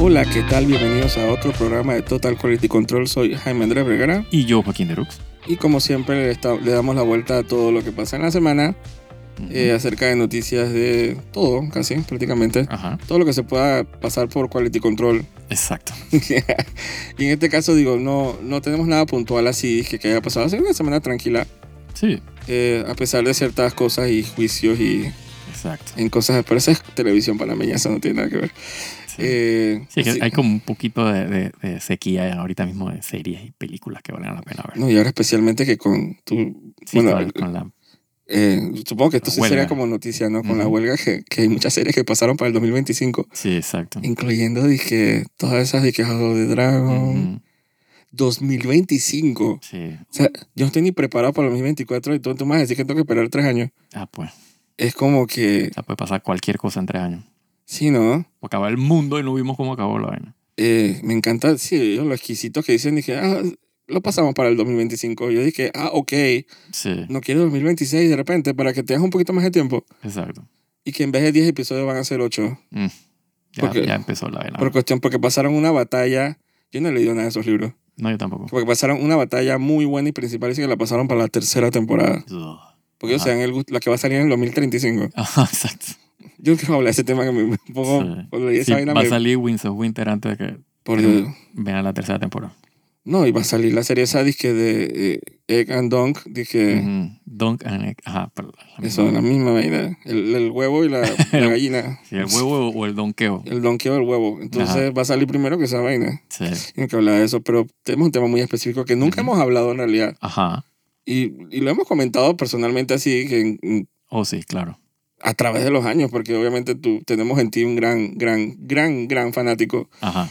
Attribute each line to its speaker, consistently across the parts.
Speaker 1: Hola, ¿qué tal? Bienvenidos a otro programa de Total Quality Control. Soy Jaime Andrés Vergara
Speaker 2: Y yo, Joaquín Derux.
Speaker 1: y como siempre le, esta- le damos la vuelta a todo lo que pasa en la semana eh, acerca de noticias de todo, casi prácticamente.
Speaker 2: Ajá,
Speaker 1: Todo lo que se pueda pasar por Quality Control.
Speaker 2: exacto.
Speaker 1: y en este caso digo, no, no tenemos nada puntual así que, que haya pasado. Ha sido una semana tranquila,
Speaker 2: Sí,
Speaker 1: eh, a pesar de ciertas cosas y juicios y
Speaker 2: exacto.
Speaker 1: en cosas, pero esa es televisión panameña, eso no tiene nada que ver.
Speaker 2: Sí,
Speaker 1: Eh,
Speaker 2: Sí, que
Speaker 1: sí.
Speaker 2: hay como un poquito de, de- de sequía ahorita mismo de series y películas que valen la pena ver.
Speaker 1: No, y ahora especialmente que con tu...
Speaker 2: Sí,
Speaker 1: Mm, bueno,
Speaker 2: con, con la...
Speaker 1: eh, supongo que esto sí
Speaker 2: Huelga.
Speaker 1: sería como noticia, ¿no? Con la
Speaker 2: Ujú.
Speaker 1: huelga que, que hay muchas series que pasaron para el 2025,
Speaker 2: sí exacto.
Speaker 1: incluyendo dije, todas esas de House de Dragon.
Speaker 2: Ujú,
Speaker 1: 2025. O
Speaker 2: Sí.
Speaker 1: sea, yo no estoy ni preparado para el 2024 y tú, tú me vas a decir que tengo que esperar tres años.
Speaker 2: Ah, pues.
Speaker 1: Es como que,
Speaker 2: O sea, puede pasar cualquier cosa en tres años.
Speaker 1: sí, ¿no?
Speaker 2: O acabar el mundo y no vimos cómo acabó la vaina.
Speaker 1: Eh, me encanta, sí, ellos lo exquisito que dicen, dije, ah, lo pasamos para el 2025. Yo dije, ah, ok,
Speaker 2: Sí,
Speaker 1: no quiero 2026 de repente para que tengas un poquito más de tiempo.
Speaker 2: exacto.
Speaker 1: y que en vez de 10 episodios van a ser 8.
Speaker 2: Mm. Ya,
Speaker 1: Porque-
Speaker 2: ya empezó la vaina.
Speaker 1: Por cuestión, porque pasaron una batalla. Yo no he leído nada de esos libros.
Speaker 2: No, yo tampoco.
Speaker 1: Porque pasaron una batalla muy buena y principal y que la pasaron para la tercera temporada.
Speaker 2: Ugh.
Speaker 1: Porque ellos
Speaker 2: Ajá.
Speaker 1: se dan el gusto, la que va a salir en el 2035.
Speaker 2: Ajá, exacto.
Speaker 1: Yo quiero hablar de ese tema que me un poco.
Speaker 2: Sí.
Speaker 1: cuando leí
Speaker 2: Sí,
Speaker 1: esa vaina
Speaker 2: va a
Speaker 1: me-
Speaker 2: salir Winds of Winter antes de que
Speaker 1: por Dios.
Speaker 2: vean la tercera temporada.
Speaker 1: No, y va a salir la serie esa disque de eh, Egg and Dunk. Dije.
Speaker 2: Ujú. Dunk and Egg. Ajá, pero la misma
Speaker 1: Eso, la misma vaina. El, el huevo y la, la gallina.
Speaker 2: Sí, el huevo o el donqueo.
Speaker 1: El donqueo del huevo. Entonces va a salir primero que esa vaina.
Speaker 2: Sí.
Speaker 1: Tienen que hablar de eso, pero tenemos un tema muy específico que nunca
Speaker 2: Ujú.
Speaker 1: hemos hablado en realidad.
Speaker 2: Ajá.
Speaker 1: Y, y lo hemos comentado personalmente así, que en- en-
Speaker 2: Oh, sí, claro.
Speaker 1: a través de los años, porque obviamente tú, tenemos en ti un gran, gran, gran, gran fanático
Speaker 2: Ajá.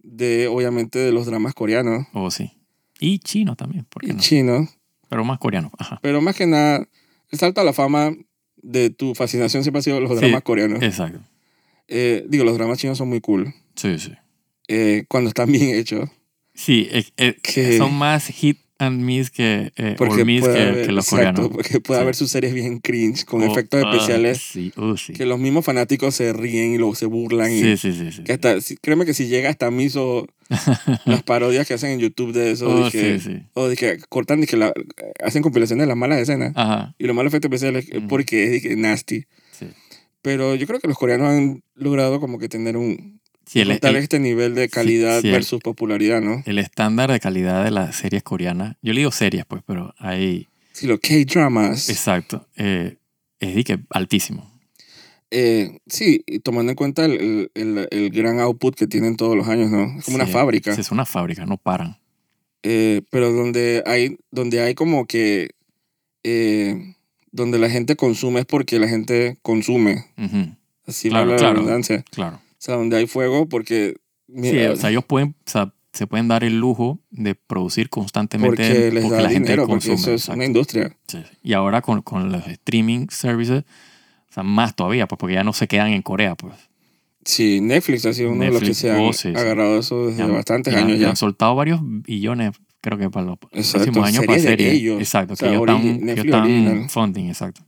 Speaker 1: de, obviamente, de los dramas coreanos
Speaker 2: Oh, sí. Y chino también, ¿por qué
Speaker 1: y
Speaker 2: no?
Speaker 1: chinos.
Speaker 2: Pero más coreano. Ajá.
Speaker 1: Pero más que nada, el salto a la fama de tu fascinación siempre ha sido los
Speaker 2: Sí.
Speaker 1: dramas coreanos.
Speaker 2: Exacto.
Speaker 1: Eh, digo, los dramas chinos son muy cool
Speaker 2: Sí, sí.
Speaker 1: eh, cuando están bien hechos.
Speaker 2: Sí, eh, eh,
Speaker 1: Que-
Speaker 2: son más hit and miss que, eh, or miss
Speaker 1: puede
Speaker 2: que,
Speaker 1: haber-
Speaker 2: que los
Speaker 1: exacto,
Speaker 2: coreanos.
Speaker 1: porque puede
Speaker 2: Sí.
Speaker 1: haber sus series bien cringe, con
Speaker 2: Oh,
Speaker 1: efectos
Speaker 2: ah,
Speaker 1: especiales,
Speaker 2: sí, oh, sí.
Speaker 1: que los mismos fanáticos se ríen y luego se burlan. y,
Speaker 2: Sí, sí, sí, sí.
Speaker 1: Que hasta, si- créeme que si llega hasta mis ojos las parodias que hacen en YouTube de eso,
Speaker 2: Oh,
Speaker 1: de que,
Speaker 2: sí, sí.
Speaker 1: o de que cortan y que la, hacen compilaciones de las malas escenas.
Speaker 2: Ajá.
Speaker 1: Y lo malo efecto especial es que-
Speaker 2: Ujú.
Speaker 1: porque es de que nasty.
Speaker 2: Sí.
Speaker 1: Pero yo creo que los coreanos han logrado como que tener un
Speaker 2: Sí, el, e-,
Speaker 1: tal
Speaker 2: el-
Speaker 1: este nivel de
Speaker 2: sí,
Speaker 1: calidad
Speaker 2: sí, el-
Speaker 1: versus popularidad, ¿no?
Speaker 2: el estándar de calidad de las series coreanas, yo le digo series, pues, pero hay,
Speaker 1: Sí, los K-dramas.
Speaker 2: exacto, eh, es de que altísimo.
Speaker 1: Eh, sí, y tomando en cuenta el, el- el- el gran output que tienen todos los años, ¿no? Es como una
Speaker 2: Sí,
Speaker 1: fábrica.
Speaker 2: sí, Es una fábrica, no paran.
Speaker 1: Eh, pero donde hay, donde hay como que, eh, donde la gente consume es porque la gente consume,
Speaker 2: Ujú,
Speaker 1: así
Speaker 2: Claro,
Speaker 1: habla
Speaker 2: claro.
Speaker 1: la redundancia.
Speaker 2: claro.
Speaker 1: O sea, donde hay fuego porque,
Speaker 2: Sí,
Speaker 1: eh,
Speaker 2: o sea, ellos pueden, o sea, se pueden dar el lujo de producir constantemente
Speaker 1: porque les da
Speaker 2: la gente
Speaker 1: dinero,
Speaker 2: consume.
Speaker 1: porque eso es
Speaker 2: exacto.
Speaker 1: una industria.
Speaker 2: Sí, sí. Y ahora con, con los streaming services, o sea, más todavía, pues porque ya no se quedan en Corea, pues.
Speaker 1: Sí, Netflix ha sido uno de los que
Speaker 2: Netflix,
Speaker 1: se han
Speaker 2: oh, sí, sí.
Speaker 1: agarrado eso desde
Speaker 2: Ya-
Speaker 1: bastantes
Speaker 2: ya-
Speaker 1: años
Speaker 2: ya
Speaker 1: ya.
Speaker 2: han soltado varios billones, creo que para los
Speaker 1: Exacto,
Speaker 2: próximos años para
Speaker 1: series de
Speaker 2: series.
Speaker 1: ellos.
Speaker 2: Exacto,
Speaker 1: O sea,
Speaker 2: que ellos
Speaker 1: origi-
Speaker 2: están, que ellos
Speaker 1: Netflix
Speaker 2: están
Speaker 1: original.
Speaker 2: funding, exacto.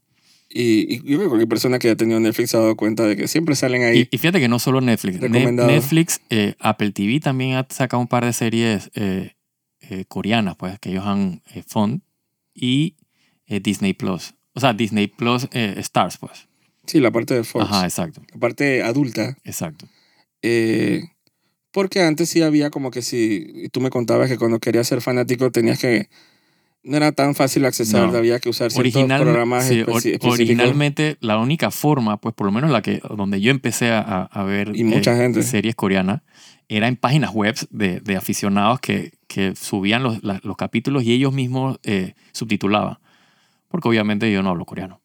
Speaker 1: Y, y yo creo que cualquier persona que ha tenido Netflix se ha dado cuenta de que siempre salen ahí.
Speaker 2: Y, y fíjate que no solo Netflix. Ne-
Speaker 1: Recomendado.
Speaker 2: Netflix, eh, Apple TV también ha sacado un par de series eh, eh, coreanas, pues, que ellos han eh, fund. Y eh, Disney Plus. O sea, Disney Plus eh, Stars, pues.
Speaker 1: sí, la parte de Fox,
Speaker 2: Ajá, exacto,
Speaker 1: la parte adulta.
Speaker 2: exacto.
Speaker 1: Eh, porque antes sí había como que si y tú me contabas que cuando querías ser fanático tenías que no era tan fácil accesar,
Speaker 2: No.
Speaker 1: había que usar ciertos
Speaker 2: Original-
Speaker 1: programas
Speaker 2: sí,
Speaker 1: espe-
Speaker 2: or-
Speaker 1: específicos.
Speaker 2: originalmente, la única forma, pues por lo menos la que donde yo empecé a, a- a ver eh,
Speaker 1: Y mucha gente.
Speaker 2: series coreanas, era en páginas web de, de aficionados que, que subían los, la- los capítulos y ellos mismos eh, subtitulaban. Porque obviamente yo no hablo coreano.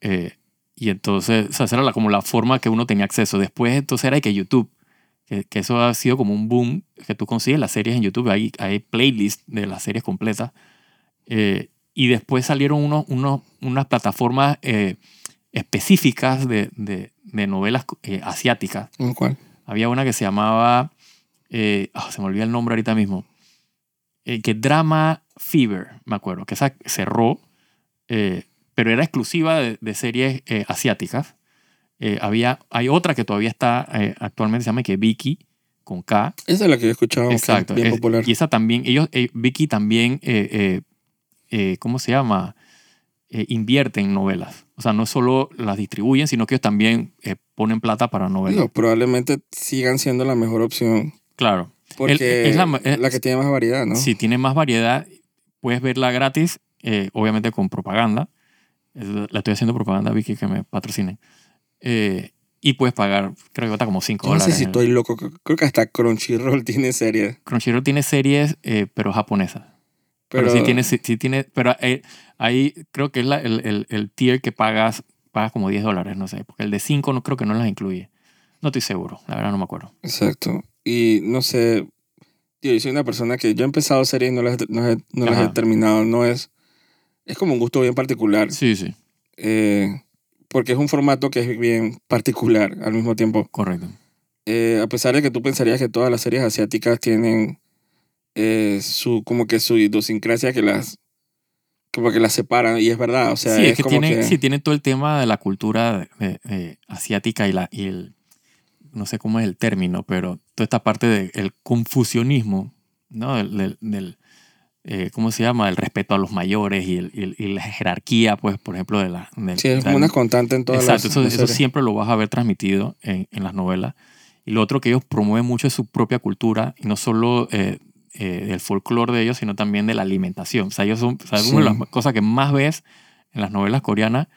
Speaker 2: Eh, y entonces, o sea, esa era la- como la forma que uno tenía acceso. Después, entonces era de que YouTube, que, que eso ha sido como un boom, que tú consigues las series en YouTube, hay, hay playlists de las series completas. Eh, y después salieron unos, unos, unas plataformas eh, específicas de, de- de novelas eh, asiáticas.
Speaker 1: ¿En cuál?
Speaker 2: Había una que se llamaba, eh, ah, se me olvida el nombre ahorita mismo, eh, que Drama Fever, me acuerdo, que esa cerró, eh, pero era exclusiva de, de series eh, asiáticas. Eh, había, hay otra que todavía está eh, actualmente, se llama que Vicky, con K.
Speaker 1: Esa es la que yo he escuchado, que es
Speaker 2: Exacto.
Speaker 1: bien
Speaker 2: es-
Speaker 1: popular.
Speaker 2: Y esa también, ellos, eh, Vicky también, eh, eh, eh, ¿cómo se llama? Eh, invierte en novelas. O sea, no solo las distribuyen, sino que ellos también eh, ponen plata para novelas.
Speaker 1: Digo, probablemente sigan siendo la mejor opción.
Speaker 2: Claro.
Speaker 1: Porque
Speaker 2: es
Speaker 1: es
Speaker 2: la
Speaker 1: la,
Speaker 2: ma- eh,
Speaker 1: que tiene más variedad, ¿no?
Speaker 2: Si tiene más variedad, puedes verla gratis, eh, obviamente con propaganda. Es- La estoy haciendo propaganda, Vicky, que me patrocinen. Eh, y puedes pagar, creo que está como 5
Speaker 1: Yo no sé
Speaker 2: dólares.
Speaker 1: si estoy loco. Creo que hasta Crunchyroll tiene series.
Speaker 2: Crunchyroll tiene series, eh, pero japonesas. Pero,
Speaker 1: Pero,
Speaker 2: sí tiene, sí, sí tiene, pero eh, ahí creo que es la- el, el- el tier que pagas, pagas como 10 dólares, no sé, porque el de 5 no, creo que no las incluye. No estoy seguro, la verdad no me acuerdo.
Speaker 1: Exacto. Y no sé. Tío, yo soy una persona que yo he empezado series y no las, no las- no las
Speaker 2: Ajá.
Speaker 1: he terminado. No es. Es como un gusto bien particular.
Speaker 2: Sí, sí,
Speaker 1: eh, porque es un formato que es bien particular al mismo tiempo.
Speaker 2: correcto.
Speaker 1: Eh, a pesar de que tú pensarías que todas las series asiáticas tienen eh, su como que su idiosincrasia que las como que las separan y es verdad o sea
Speaker 2: sí, es,
Speaker 1: es
Speaker 2: que
Speaker 1: como
Speaker 2: tiene,
Speaker 1: que
Speaker 2: sí, tiene todo el tema de la cultura de- de- de asiática y, la, y el, no sé cómo es el término, pero toda esta parte del confucionismo, ¿no? Del, del- del, eh, ¿cómo se llama? El respeto a los mayores y, el- y el- y la jerarquía, pues, por ejemplo, de la... del-
Speaker 1: Sí, es
Speaker 2: del-
Speaker 1: como una constante en todas
Speaker 2: Exacto,
Speaker 1: las,
Speaker 2: eso,
Speaker 1: las
Speaker 2: eso
Speaker 1: series.
Speaker 2: siempre lo vas a ver transmitido en, en las novelas. Y lo otro que ellos promueven mucho es su propia cultura, y no solo eh, eh, del folclore de ellos, sino también de la alimentación. O sea, ellos son, o sea, una de
Speaker 1: Sí.
Speaker 2: las cosas que más ves en las novelas coreanas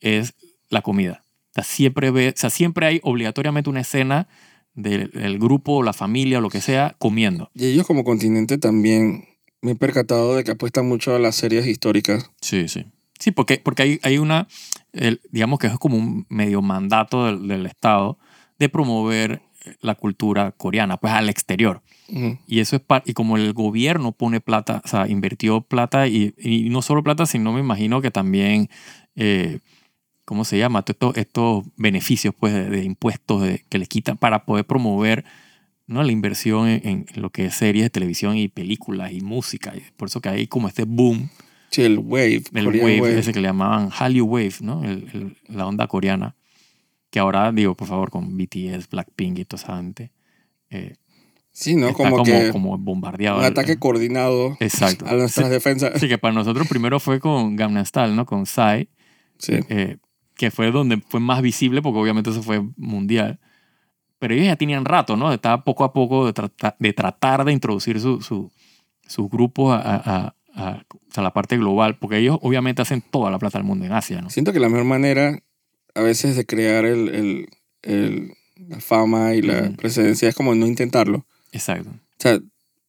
Speaker 2: es la comida. O sea, siempre, ve, o sea, siempre hay obligatoriamente una escena del, del grupo, o la familia, o lo que sea, comiendo.
Speaker 1: Y ellos como continente también me he percatado de que apuestan mucho a las series históricas.
Speaker 2: Sí, sí. Sí, porque, porque hay, hay una, el- digamos que es como un medio mandato del, del Estado de promover la cultura coreana, pues al exterior.
Speaker 1: Ujú.
Speaker 2: Y eso es par- y como el gobierno pone plata, o sea, invirtió plata y, y no solo plata, sino me imagino que también, eh, ¿cómo se llama? Todos Estos, estos beneficios pues, de, de impuestos de- que le quitan para poder promover ¿no? la inversión en, en lo que es series de televisión y películas y música. Y por eso que hay como este boom
Speaker 1: Sí, el Wave,
Speaker 2: el
Speaker 1: Korean
Speaker 2: wave,
Speaker 1: Wave.
Speaker 2: ese que le llamaban Hallyu Wave, ¿no? El- el- la onda coreana. Que ahora, digo, por favor, con BTS, Blackpink y toda esa gente. eh,
Speaker 1: Sí, ¿no?
Speaker 2: está
Speaker 1: Como,
Speaker 2: como,
Speaker 1: que
Speaker 2: como bombardeado.
Speaker 1: un
Speaker 2: el-
Speaker 1: ataque coordinado
Speaker 2: Exacto.
Speaker 1: a nuestras
Speaker 2: Sí,
Speaker 1: defensas.
Speaker 2: sí, que para nosotros primero fue con Gangnam Style, ¿no? Con Psy,
Speaker 1: Sí.
Speaker 2: eh, que fue donde fue más visible porque obviamente eso fue mundial. Pero ellos ya tenían rato, ¿no? Estaba poco a poco de, trata- de tratar de introducir su- su- sus grupos a, a- a- a- o sea, la parte global, porque ellos obviamente hacen toda la plata del mundo en Asia, ¿no?
Speaker 1: Siento que la mejor manera a veces de crear el, el- el- la fama y la
Speaker 2: Ujú.
Speaker 1: presencia es como no intentarlo.
Speaker 2: Exacto.
Speaker 1: O sea,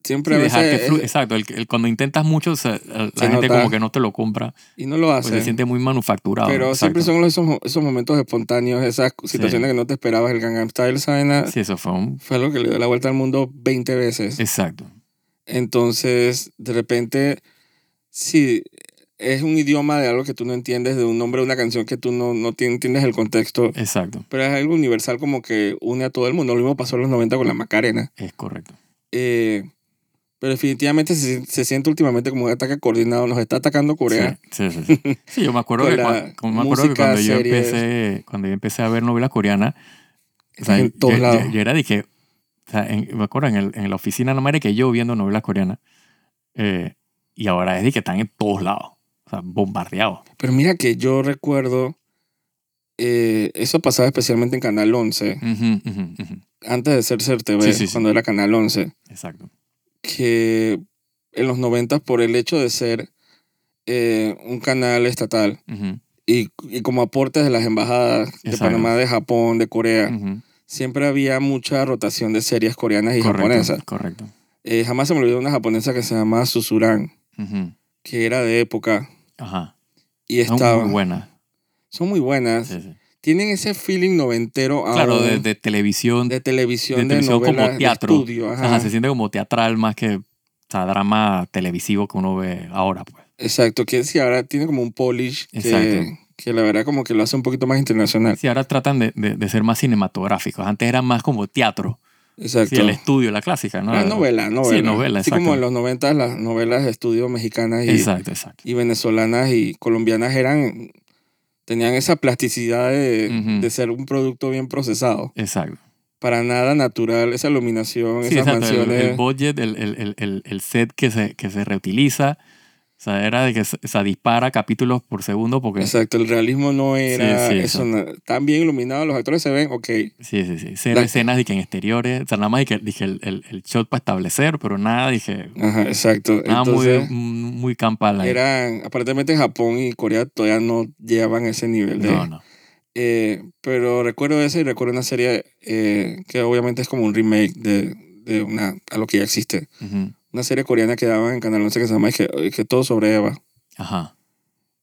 Speaker 1: siempre
Speaker 2: Sí,
Speaker 1: a
Speaker 2: dejar
Speaker 1: veces
Speaker 2: que flu-
Speaker 1: es-
Speaker 2: Exacto, el, que- el- cuando intentas mucho, o sea, la
Speaker 1: Se
Speaker 2: gente
Speaker 1: nota.
Speaker 2: como que no te lo compra,
Speaker 1: y no lo
Speaker 2: pues se
Speaker 1: hacen.
Speaker 2: siente muy manufacturado.
Speaker 1: Pero
Speaker 2: ¿no?
Speaker 1: siempre
Speaker 2: Exacto.
Speaker 1: son los- esos, mo- esos momentos espontáneos, esas situaciones que no te esperabas. El Gangnam Style, esa vaina
Speaker 2: Sí, eso fue un...
Speaker 1: fue algo que le dio la vuelta al mundo 20 veces.
Speaker 2: Exacto.
Speaker 1: Entonces, de repente, si es un idioma de algo que tú no entiendes, de un nombre de una canción que tú no, no te- entiendes el contexto,
Speaker 2: Exacto,
Speaker 1: pero es algo universal como que une a todo el mundo. Lo mismo pasó en los 90 con la Macarena.
Speaker 2: es correcto.
Speaker 1: Eh, pero definitivamente se, se siente últimamente como un ataque coordinado. Nos está atacando Corea.
Speaker 2: Sí, sí, sí, sí. Sí, yo me acuerdo,
Speaker 1: Con
Speaker 2: que,
Speaker 1: la
Speaker 2: cuan- como me acuerdo que
Speaker 1: música,
Speaker 2: cuando yo
Speaker 1: series.
Speaker 2: empecé cuando yo empecé a ver novelas coreanas, o sea,
Speaker 1: en
Speaker 2: yo-
Speaker 1: todos
Speaker 2: yo,
Speaker 1: lados.
Speaker 2: yo era de que, o sea, en- me acuerdo en, el- en la oficina no madre que yo viendo novelas coreanas, eh, y ahora es de que están en todos lados, o sea, bombardeados.
Speaker 1: Pero mira que yo recuerdo, eh, eso pasaba especialmente en Canal 11,
Speaker 2: Ujú, ujú, ujú.
Speaker 1: antes de ser CERTV,
Speaker 2: Sí, sí, sí.
Speaker 1: cuando era Canal 11,
Speaker 2: Exacto.
Speaker 1: que en los 90 por el hecho de ser eh, un canal estatal
Speaker 2: Ujú,
Speaker 1: y, y como aportes de las embajadas de
Speaker 2: Exacto. Mm.
Speaker 1: Panamá, de Japón, de Corea,
Speaker 2: ujú.
Speaker 1: siempre había mucha rotación de series coreanas y
Speaker 2: Correcto,
Speaker 1: japonesas.
Speaker 2: Correcto.
Speaker 1: Eh, jamás se me olvidó una japonesa que se llamaba Susuran,
Speaker 2: Ujú.
Speaker 1: que era de época
Speaker 2: Ajá.
Speaker 1: y
Speaker 2: Son
Speaker 1: estaba...
Speaker 2: muy buenas.
Speaker 1: Son muy buenas.
Speaker 2: Sí, sí.
Speaker 1: Tienen ese feeling noventero
Speaker 2: Claro,
Speaker 1: aún.
Speaker 2: de, de televisión.
Speaker 1: Ah, de televisión,
Speaker 2: de
Speaker 1: de,
Speaker 2: televisión como
Speaker 1: novela,
Speaker 2: teatro.
Speaker 1: de estudio.
Speaker 2: ajá,
Speaker 1: Ajá.
Speaker 2: se siente como teatral más que o sea, drama televisivo que uno ve ahora, pues.
Speaker 1: Exacto, que si ahora tiene como un polish que,
Speaker 2: Exacto.
Speaker 1: que la verdad como que lo hace un poquito más internacional.
Speaker 2: Sí, ahora tratan de, de- de ser más cinematográficos. Antes era más como teatro.
Speaker 1: Exacto.
Speaker 2: Sí, el estudio, la clásica, ¿no?
Speaker 1: Una novela, novela.
Speaker 2: Sí, novela,
Speaker 1: Así
Speaker 2: exacto.
Speaker 1: como en los 90 las novelas de estudio mexicanas y,
Speaker 2: Exacto, exacto.
Speaker 1: y venezolanas y colombianas eran tenían esa plasticidad de,
Speaker 2: Ujú.
Speaker 1: de ser un producto bien procesado.
Speaker 2: Exacto.
Speaker 1: para nada natural esa iluminación,
Speaker 2: Sí,
Speaker 1: esas
Speaker 2: exacto, el-
Speaker 1: mansiones.
Speaker 2: El, budget, el, el- el- el- el set que se, que se reutiliza. O sea, era de que se, se dispara capítulos por segundo porque...
Speaker 1: Exacto, el realismo no era
Speaker 2: Sí, sí,
Speaker 1: eso. na- Tan bien iluminado, los actores se ven, ok.
Speaker 2: Sí, sí, sí. Cero
Speaker 1: La-
Speaker 2: escenas de que en exteriores. O sea, nada más dije, dije el, el, el shot para establecer, pero nada, dije...
Speaker 1: Ajá, exacto.
Speaker 2: Nada
Speaker 1: Entonces,
Speaker 2: Ah, muy, muy campal ahí.
Speaker 1: eran, aparentemente en Japón y Corea todavía no llevan ese nivel de...
Speaker 2: No, no.
Speaker 1: Eh, pero recuerdo eso y recuerdo una serie eh, que obviamente es como un remake de, de una, a lo que ya existe.
Speaker 2: Ujú.
Speaker 1: Una serie coreana que daban en Canal 11 que se llama es que, es que Todo sobre Eva,
Speaker 2: Ajá,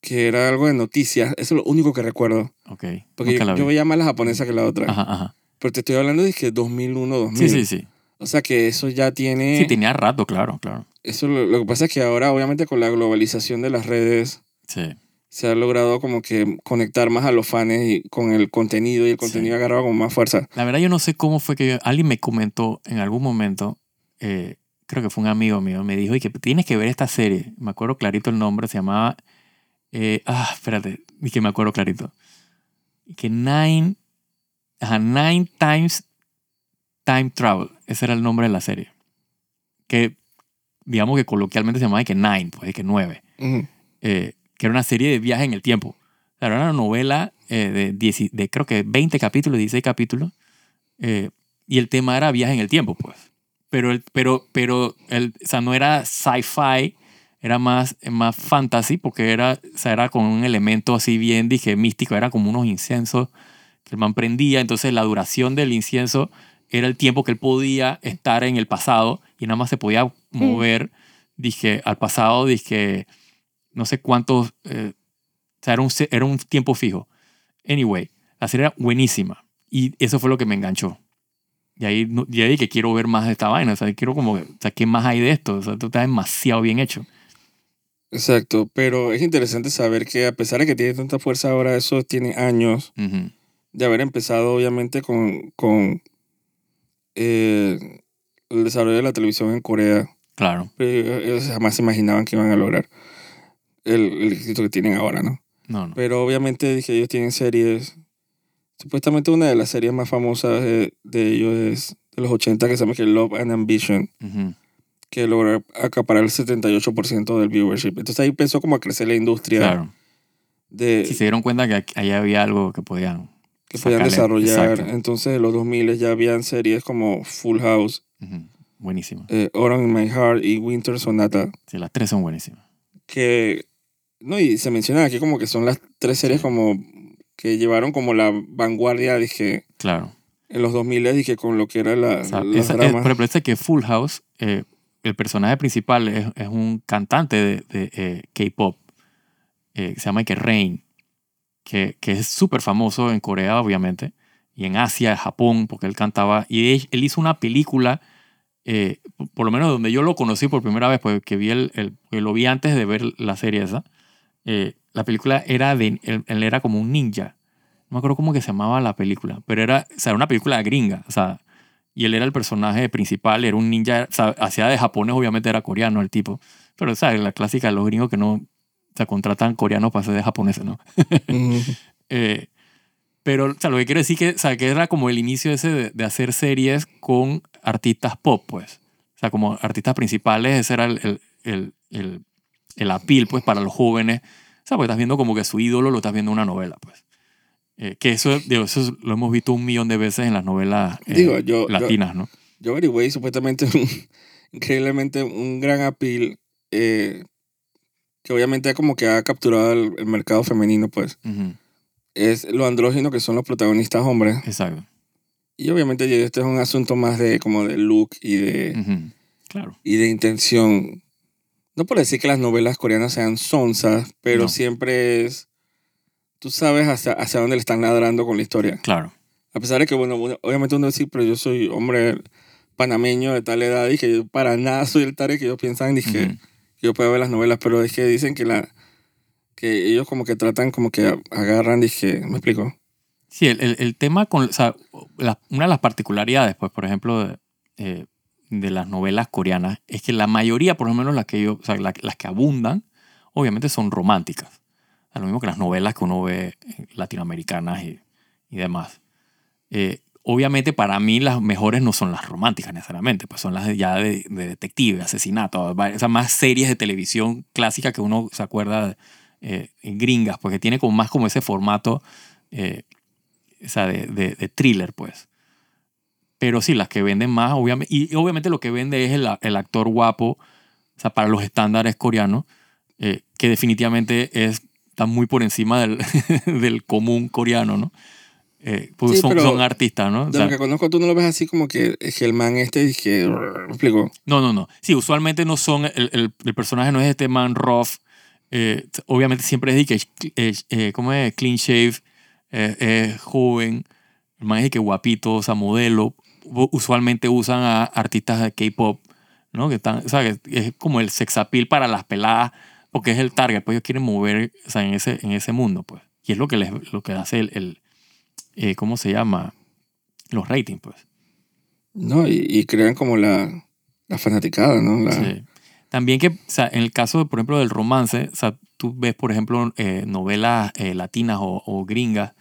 Speaker 1: que era algo de noticias. Eso es lo único que recuerdo.
Speaker 2: ok.
Speaker 1: Porque
Speaker 2: Nunca la
Speaker 1: yo,
Speaker 2: vi.
Speaker 1: yo veía más la japonesa que la otra.
Speaker 2: Ajá, ajá.
Speaker 1: Pero te estoy hablando de que 2001, 2000.
Speaker 2: Sí, sí, sí.
Speaker 1: O sea que eso ya tiene...
Speaker 2: Sí, tenía rato, claro, claro.
Speaker 1: Eso lo, lo que pasa es que ahora obviamente con la globalización de las redes
Speaker 2: Sí.
Speaker 1: se ha logrado como que conectar más a los fans y con el contenido y el
Speaker 2: Sí.
Speaker 1: contenido ha agarrado con más fuerza.
Speaker 2: La verdad yo no sé cómo fue que yo- alguien me comentó en algún momento, eh, creo que fue un amigo mío, me dijo, y que tienes que ver esta serie. Me acuerdo clarito el nombre, se llamaba... eh, ah, espérate, y que me acuerdo clarito. Y que Nine... Ajá, Nine Times Time Travel. Ese era el nombre de la serie. Que, digamos que coloquialmente se llamaba y que Nine, pues, y que nueve.
Speaker 1: Ujú.
Speaker 2: eh, que era una serie de viaje en el tiempo. O sea, era una novela eh, de, 10 de creo que 20 capítulos, 16 capítulos, eh, y el tema era viaje en el tiempo, pues. Pero, el, pero, pero el, o sea, no era sci-fi, era más, más fantasy, porque era, o sea, era con un elemento así bien, dije, místico, era como unos inciensos que el man prendía, entonces la duración del incienso era el tiempo que él podía estar en el pasado y nada más se podía mover, dije, al pasado, dije, no sé cuántos, eh, o sea, era un, se- era un tiempo fijo. Anyway, la serie era buenísima y eso fue lo que me enganchó. Y ahí, no- y ahí que quiero ver más de esta vaina, o sea, quiero como, o sea, ¿qué más hay de esto? O sea, esto está demasiado bien hecho.
Speaker 1: Exacto, pero es interesante saber que a pesar de que tiene tanta fuerza ahora, eso tiene años
Speaker 2: Ujú.
Speaker 1: de haber empezado obviamente con, con eh, el desarrollo de la televisión en Corea.
Speaker 2: Claro,
Speaker 1: Pero ellos jamás se imaginaban que iban a lograr el, el éxito que tienen ahora, ¿no?
Speaker 2: no, no.
Speaker 1: Pero obviamente dije, ellos tienen series. Supuestamente una de las series más famosas de, de ellos es de los 80 que se llama que Love and Ambition,
Speaker 2: Ujú.
Speaker 1: que logró acaparar el 78% del viewership. Entonces ahí empezó como a crecer la industria
Speaker 2: Claro.
Speaker 1: de
Speaker 2: Si se dieron cuenta que aquí- ahí había algo que podían.
Speaker 1: que podían
Speaker 2: sacarle-
Speaker 1: desarrollar.
Speaker 2: Exacto.
Speaker 1: Entonces en los 2000 ya habían series como Full House,
Speaker 2: Ujú. Buenísima.
Speaker 1: eh, Orange in My Heart y Winter Sonata,
Speaker 2: Sí, las tres son buenísimas.
Speaker 1: que no y se mencionan aquí como que son las tres series
Speaker 2: Sí.
Speaker 1: como que llevaron como la vanguardia dije
Speaker 2: Claro.
Speaker 1: en los 2000 dije con lo que era la,
Speaker 2: O sea,
Speaker 1: las
Speaker 2: esa- es-
Speaker 1: dramas.
Speaker 2: por ejemplo, este que Full House, eh, el personaje principal es, es un cantante de, de, eh, K-pop, eh, que se llama que Rain, que, que es súper famoso en Corea, obviamente, y en Asia, en Japón, porque él cantaba, y él, él hizo una película, eh, por- por lo menos donde yo lo conocí por primera vez, porque vi el, el- porque lo vi antes de ver la serie esa, eh, la película era de, él, él era como un ninja. No me acuerdo cómo que se llamaba la película, pero era, o sea, era una película gringa, o sea, y él era el personaje principal, era un ninja, o sea, hacía de japonés, obviamente era coreano el tipo, pero sabes, la clásica de los gringos que no se contratan coreanos para hacer de japoneses, ¿no?
Speaker 1: Ujú.
Speaker 2: Eh, pero, o sea, lo que quiero decir que, o sea, que era como el inicio ese de, de hacer series con artistas pop, pues. O sea, como artistas principales, ese era el, el, el, el, el appeal, pues, para los jóvenes. O sea, porque estás viendo como que su ídolo lo estás viendo en una novela, pues. Eh, que eso, digo, eso lo hemos visto un millón de veces en las novelas eh,
Speaker 1: Digo, yo- yo-
Speaker 2: latinas, ¿no?
Speaker 1: Yo averigüé y supuestamente increíblemente un gran appeal eh, que obviamente como que ha capturado el, el mercado femenino, pues,
Speaker 2: Ujú.
Speaker 1: es lo andrógino que son los protagonistas hombres.
Speaker 2: Exacto.
Speaker 1: Y obviamente ya este es un asunto más de como de look y de,
Speaker 2: Ujú. Claro.
Speaker 1: y de intención. No por decir que las novelas coreanas sean sonzas, pero
Speaker 2: No.
Speaker 1: siempre es... Tú sabes hacia, hacia dónde le están ladrando con la historia.
Speaker 2: Claro.
Speaker 1: A pesar de que, bueno, uno- obviamente uno dice, pero yo soy hombre panameño de tal edad y que yo para nada soy el tare que ellos piensan, dije, que,
Speaker 2: Ujú.
Speaker 1: yo puedo ver las novelas, pero es que dicen que la que ellos como que tratan, como que agarran, dije, ¿me explico?
Speaker 2: Sí, el, el- el tema con, o sea, la- una de las particularidades, pues, por ejemplo, de, eh, de las novelas coreanas, es que la mayoría, por lo menos las que yo, o sea, la- las que abundan, obviamente son románticas. O sea, lo mismo que las novelas que uno ve eh, latinoamericanas y, y demás. Eh, Obviamente para mí las mejores no son las románticas necesariamente, pues son las de- ya de, de detective, asesinato, va- esas más series de televisión clásica que uno se acuerda eh, gringas, porque tiene como más como ese formato eh, o sea, de, de- de thriller, pues. Pero sí, las que venden más, obviamente, y obviamente lo que vende es el, el actor guapo, o sea, para los estándares coreanos, eh, que definitivamente es, está muy por encima del, del común coreano, ¿no? Eh, porque
Speaker 1: Sí,
Speaker 2: son,
Speaker 1: pero
Speaker 2: son artistas, ¿no? O
Speaker 1: De
Speaker 2: sea,
Speaker 1: lo que conozco, tú no lo ves así como que, es que el man este es que. ¿Me explico?
Speaker 2: No, no, no. Sí, usualmente no son. El, el- el personaje no es este man rough. eh, t- obviamente siempre es de que. eh, eh, ¿Cómo es? Clean shave. eh, eh, joven. El man es de que guapito, o sea, modelo. U- Usualmente usan a artistas de K-pop, ¿no? Que están. O sea, que es como el sex appeal para las peladas, porque es el target. Pues ellos quieren mover, o sea, en ese, en ese mundo, pues. Y es lo que, les, lo que hace el. el, eh, ¿Cómo se llama? Los ratings, pues.
Speaker 1: No, y, y crean como la, la fanaticada, ¿no? La-
Speaker 2: Sí. También que, o sea, en el caso, por ejemplo, del romance, o sea, tú ves, por ejemplo, eh, novelas eh, latinas o, o gringas,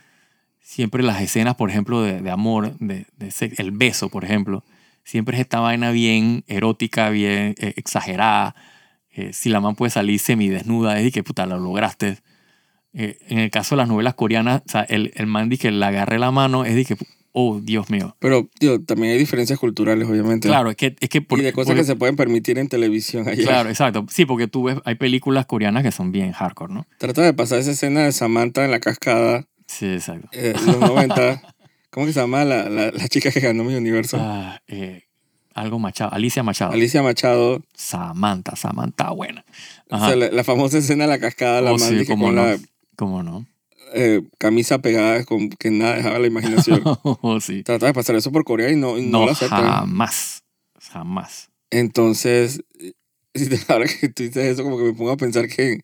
Speaker 2: siempre las escenas, por ejemplo, de, de amor, de, de sex- el beso, por ejemplo, siempre es esta vaina bien erótica, bien eh, exagerada. Eh, si la man puede salir semidesnuda, es de que puta, lo lograste. Eh, en el caso de las novelas coreanas, o sea, el, el man dice que le agarré la mano, es de que, oh, Dios mío.
Speaker 1: Pero, tío, también hay diferencias culturales, obviamente.
Speaker 2: Claro, es que... Es que por-
Speaker 1: y de cosas
Speaker 2: porque-
Speaker 1: que se pueden permitir en televisión allá.
Speaker 2: Claro, exacto. Sí, porque tú ves, hay películas coreanas que son bien hardcore, ¿no?
Speaker 1: Trata de pasar esa escena de Samantha en la cascada,
Speaker 2: Sí, exacto.
Speaker 1: eh, los 90. ¿Cómo que se llama la, la, la chica que ganó mi universo?
Speaker 2: Ah, eh, algo Machado, Alicia Machado.
Speaker 1: Alicia Machado.
Speaker 2: Samantha, Samantha, buena.
Speaker 1: O
Speaker 2: Ajá.
Speaker 1: sea, la, la famosa escena de la cascada, la
Speaker 2: Oh,
Speaker 1: man
Speaker 2: sí,
Speaker 1: dije,
Speaker 2: cómo
Speaker 1: con
Speaker 2: no.
Speaker 1: la
Speaker 2: ¿Cómo no?
Speaker 1: eh, camisa pegada, con, que nada dejaba la imaginación.
Speaker 2: Oh, sí.
Speaker 1: Trata de pasar eso por Corea y no, y no,
Speaker 2: No,
Speaker 1: lo aceptan.
Speaker 2: jamás. Jamás.
Speaker 1: Entonces, si te- ahora que tú dices eso, como que me pongo a pensar que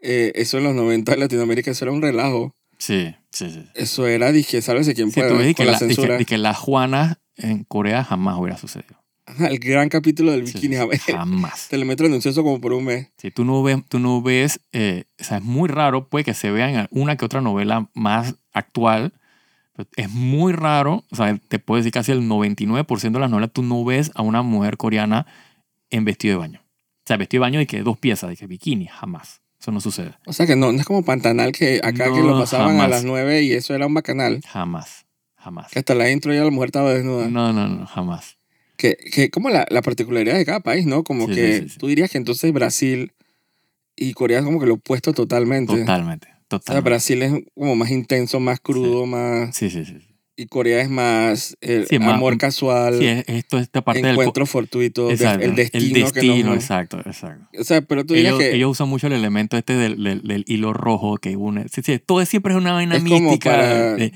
Speaker 1: eh, eso en los 90 en Latinoamérica, eso era un relajo.
Speaker 2: Sí, sí, sí.
Speaker 1: Eso era, dije, sálvese quien
Speaker 2: Sí,
Speaker 1: pueda,
Speaker 2: tú ves
Speaker 1: con
Speaker 2: y que
Speaker 1: la,
Speaker 2: la, y que-
Speaker 1: censura.
Speaker 2: y que la Juana en Corea jamás hubiera sucedido.
Speaker 1: Ajá, el gran capítulo del
Speaker 2: Sí, sí,
Speaker 1: bikini.
Speaker 2: sí,
Speaker 1: a ver,
Speaker 2: jamás.
Speaker 1: Telemetro anunció eso como por un mes.
Speaker 2: Si tú no ves, tú no ves eh, o sea, es muy raro, puede que se vea en una que otra novela más actual, pero es muy raro, o sea, te puedo decir casi el 99% de las novelas tú no ves a una mujer coreana en vestido de baño. O sea, vestido de baño y que dos piezas, de que bikini, jamás. Eso no sucede,
Speaker 1: O sea que no, no es como Pantanal que acá que lo
Speaker 2: No,
Speaker 1: pasaban a
Speaker 2: jamás.
Speaker 1: las 9 y eso era un bacanal.
Speaker 2: jamás, jamás.
Speaker 1: Que hasta la intro ya la mujer estaba desnuda.
Speaker 2: No, no, no, jamás.
Speaker 1: Que, que como la, la particularidad de cada país, ¿no? Como
Speaker 2: Sí,
Speaker 1: que
Speaker 2: sí, sí, sí.
Speaker 1: tú dirías que entonces Brasil y Corea es como que lo opuesto totalmente.
Speaker 2: Totalmente,
Speaker 1: O sea,
Speaker 2: totalmente.
Speaker 1: Brasil es como más intenso, más crudo, más...
Speaker 2: Sí, sí, sí. sí.
Speaker 1: Y Corea es más el
Speaker 2: Sí, más-
Speaker 1: amor casual,
Speaker 2: Sí, es- esto es esta parte del... co-
Speaker 1: encuentro fortuito, de-
Speaker 2: Exacto,
Speaker 1: el destino.
Speaker 2: el
Speaker 1: que nos-
Speaker 2: destino, exacto, exacto.
Speaker 1: O sea, pero tú dirías
Speaker 2: Ellos,
Speaker 1: que
Speaker 2: ellos usan mucho el elemento este del, del- del hilo rojo que une. Sí, sí, todo es- siempre es una vaina
Speaker 1: Es como
Speaker 2: mística
Speaker 1: para-
Speaker 2: de,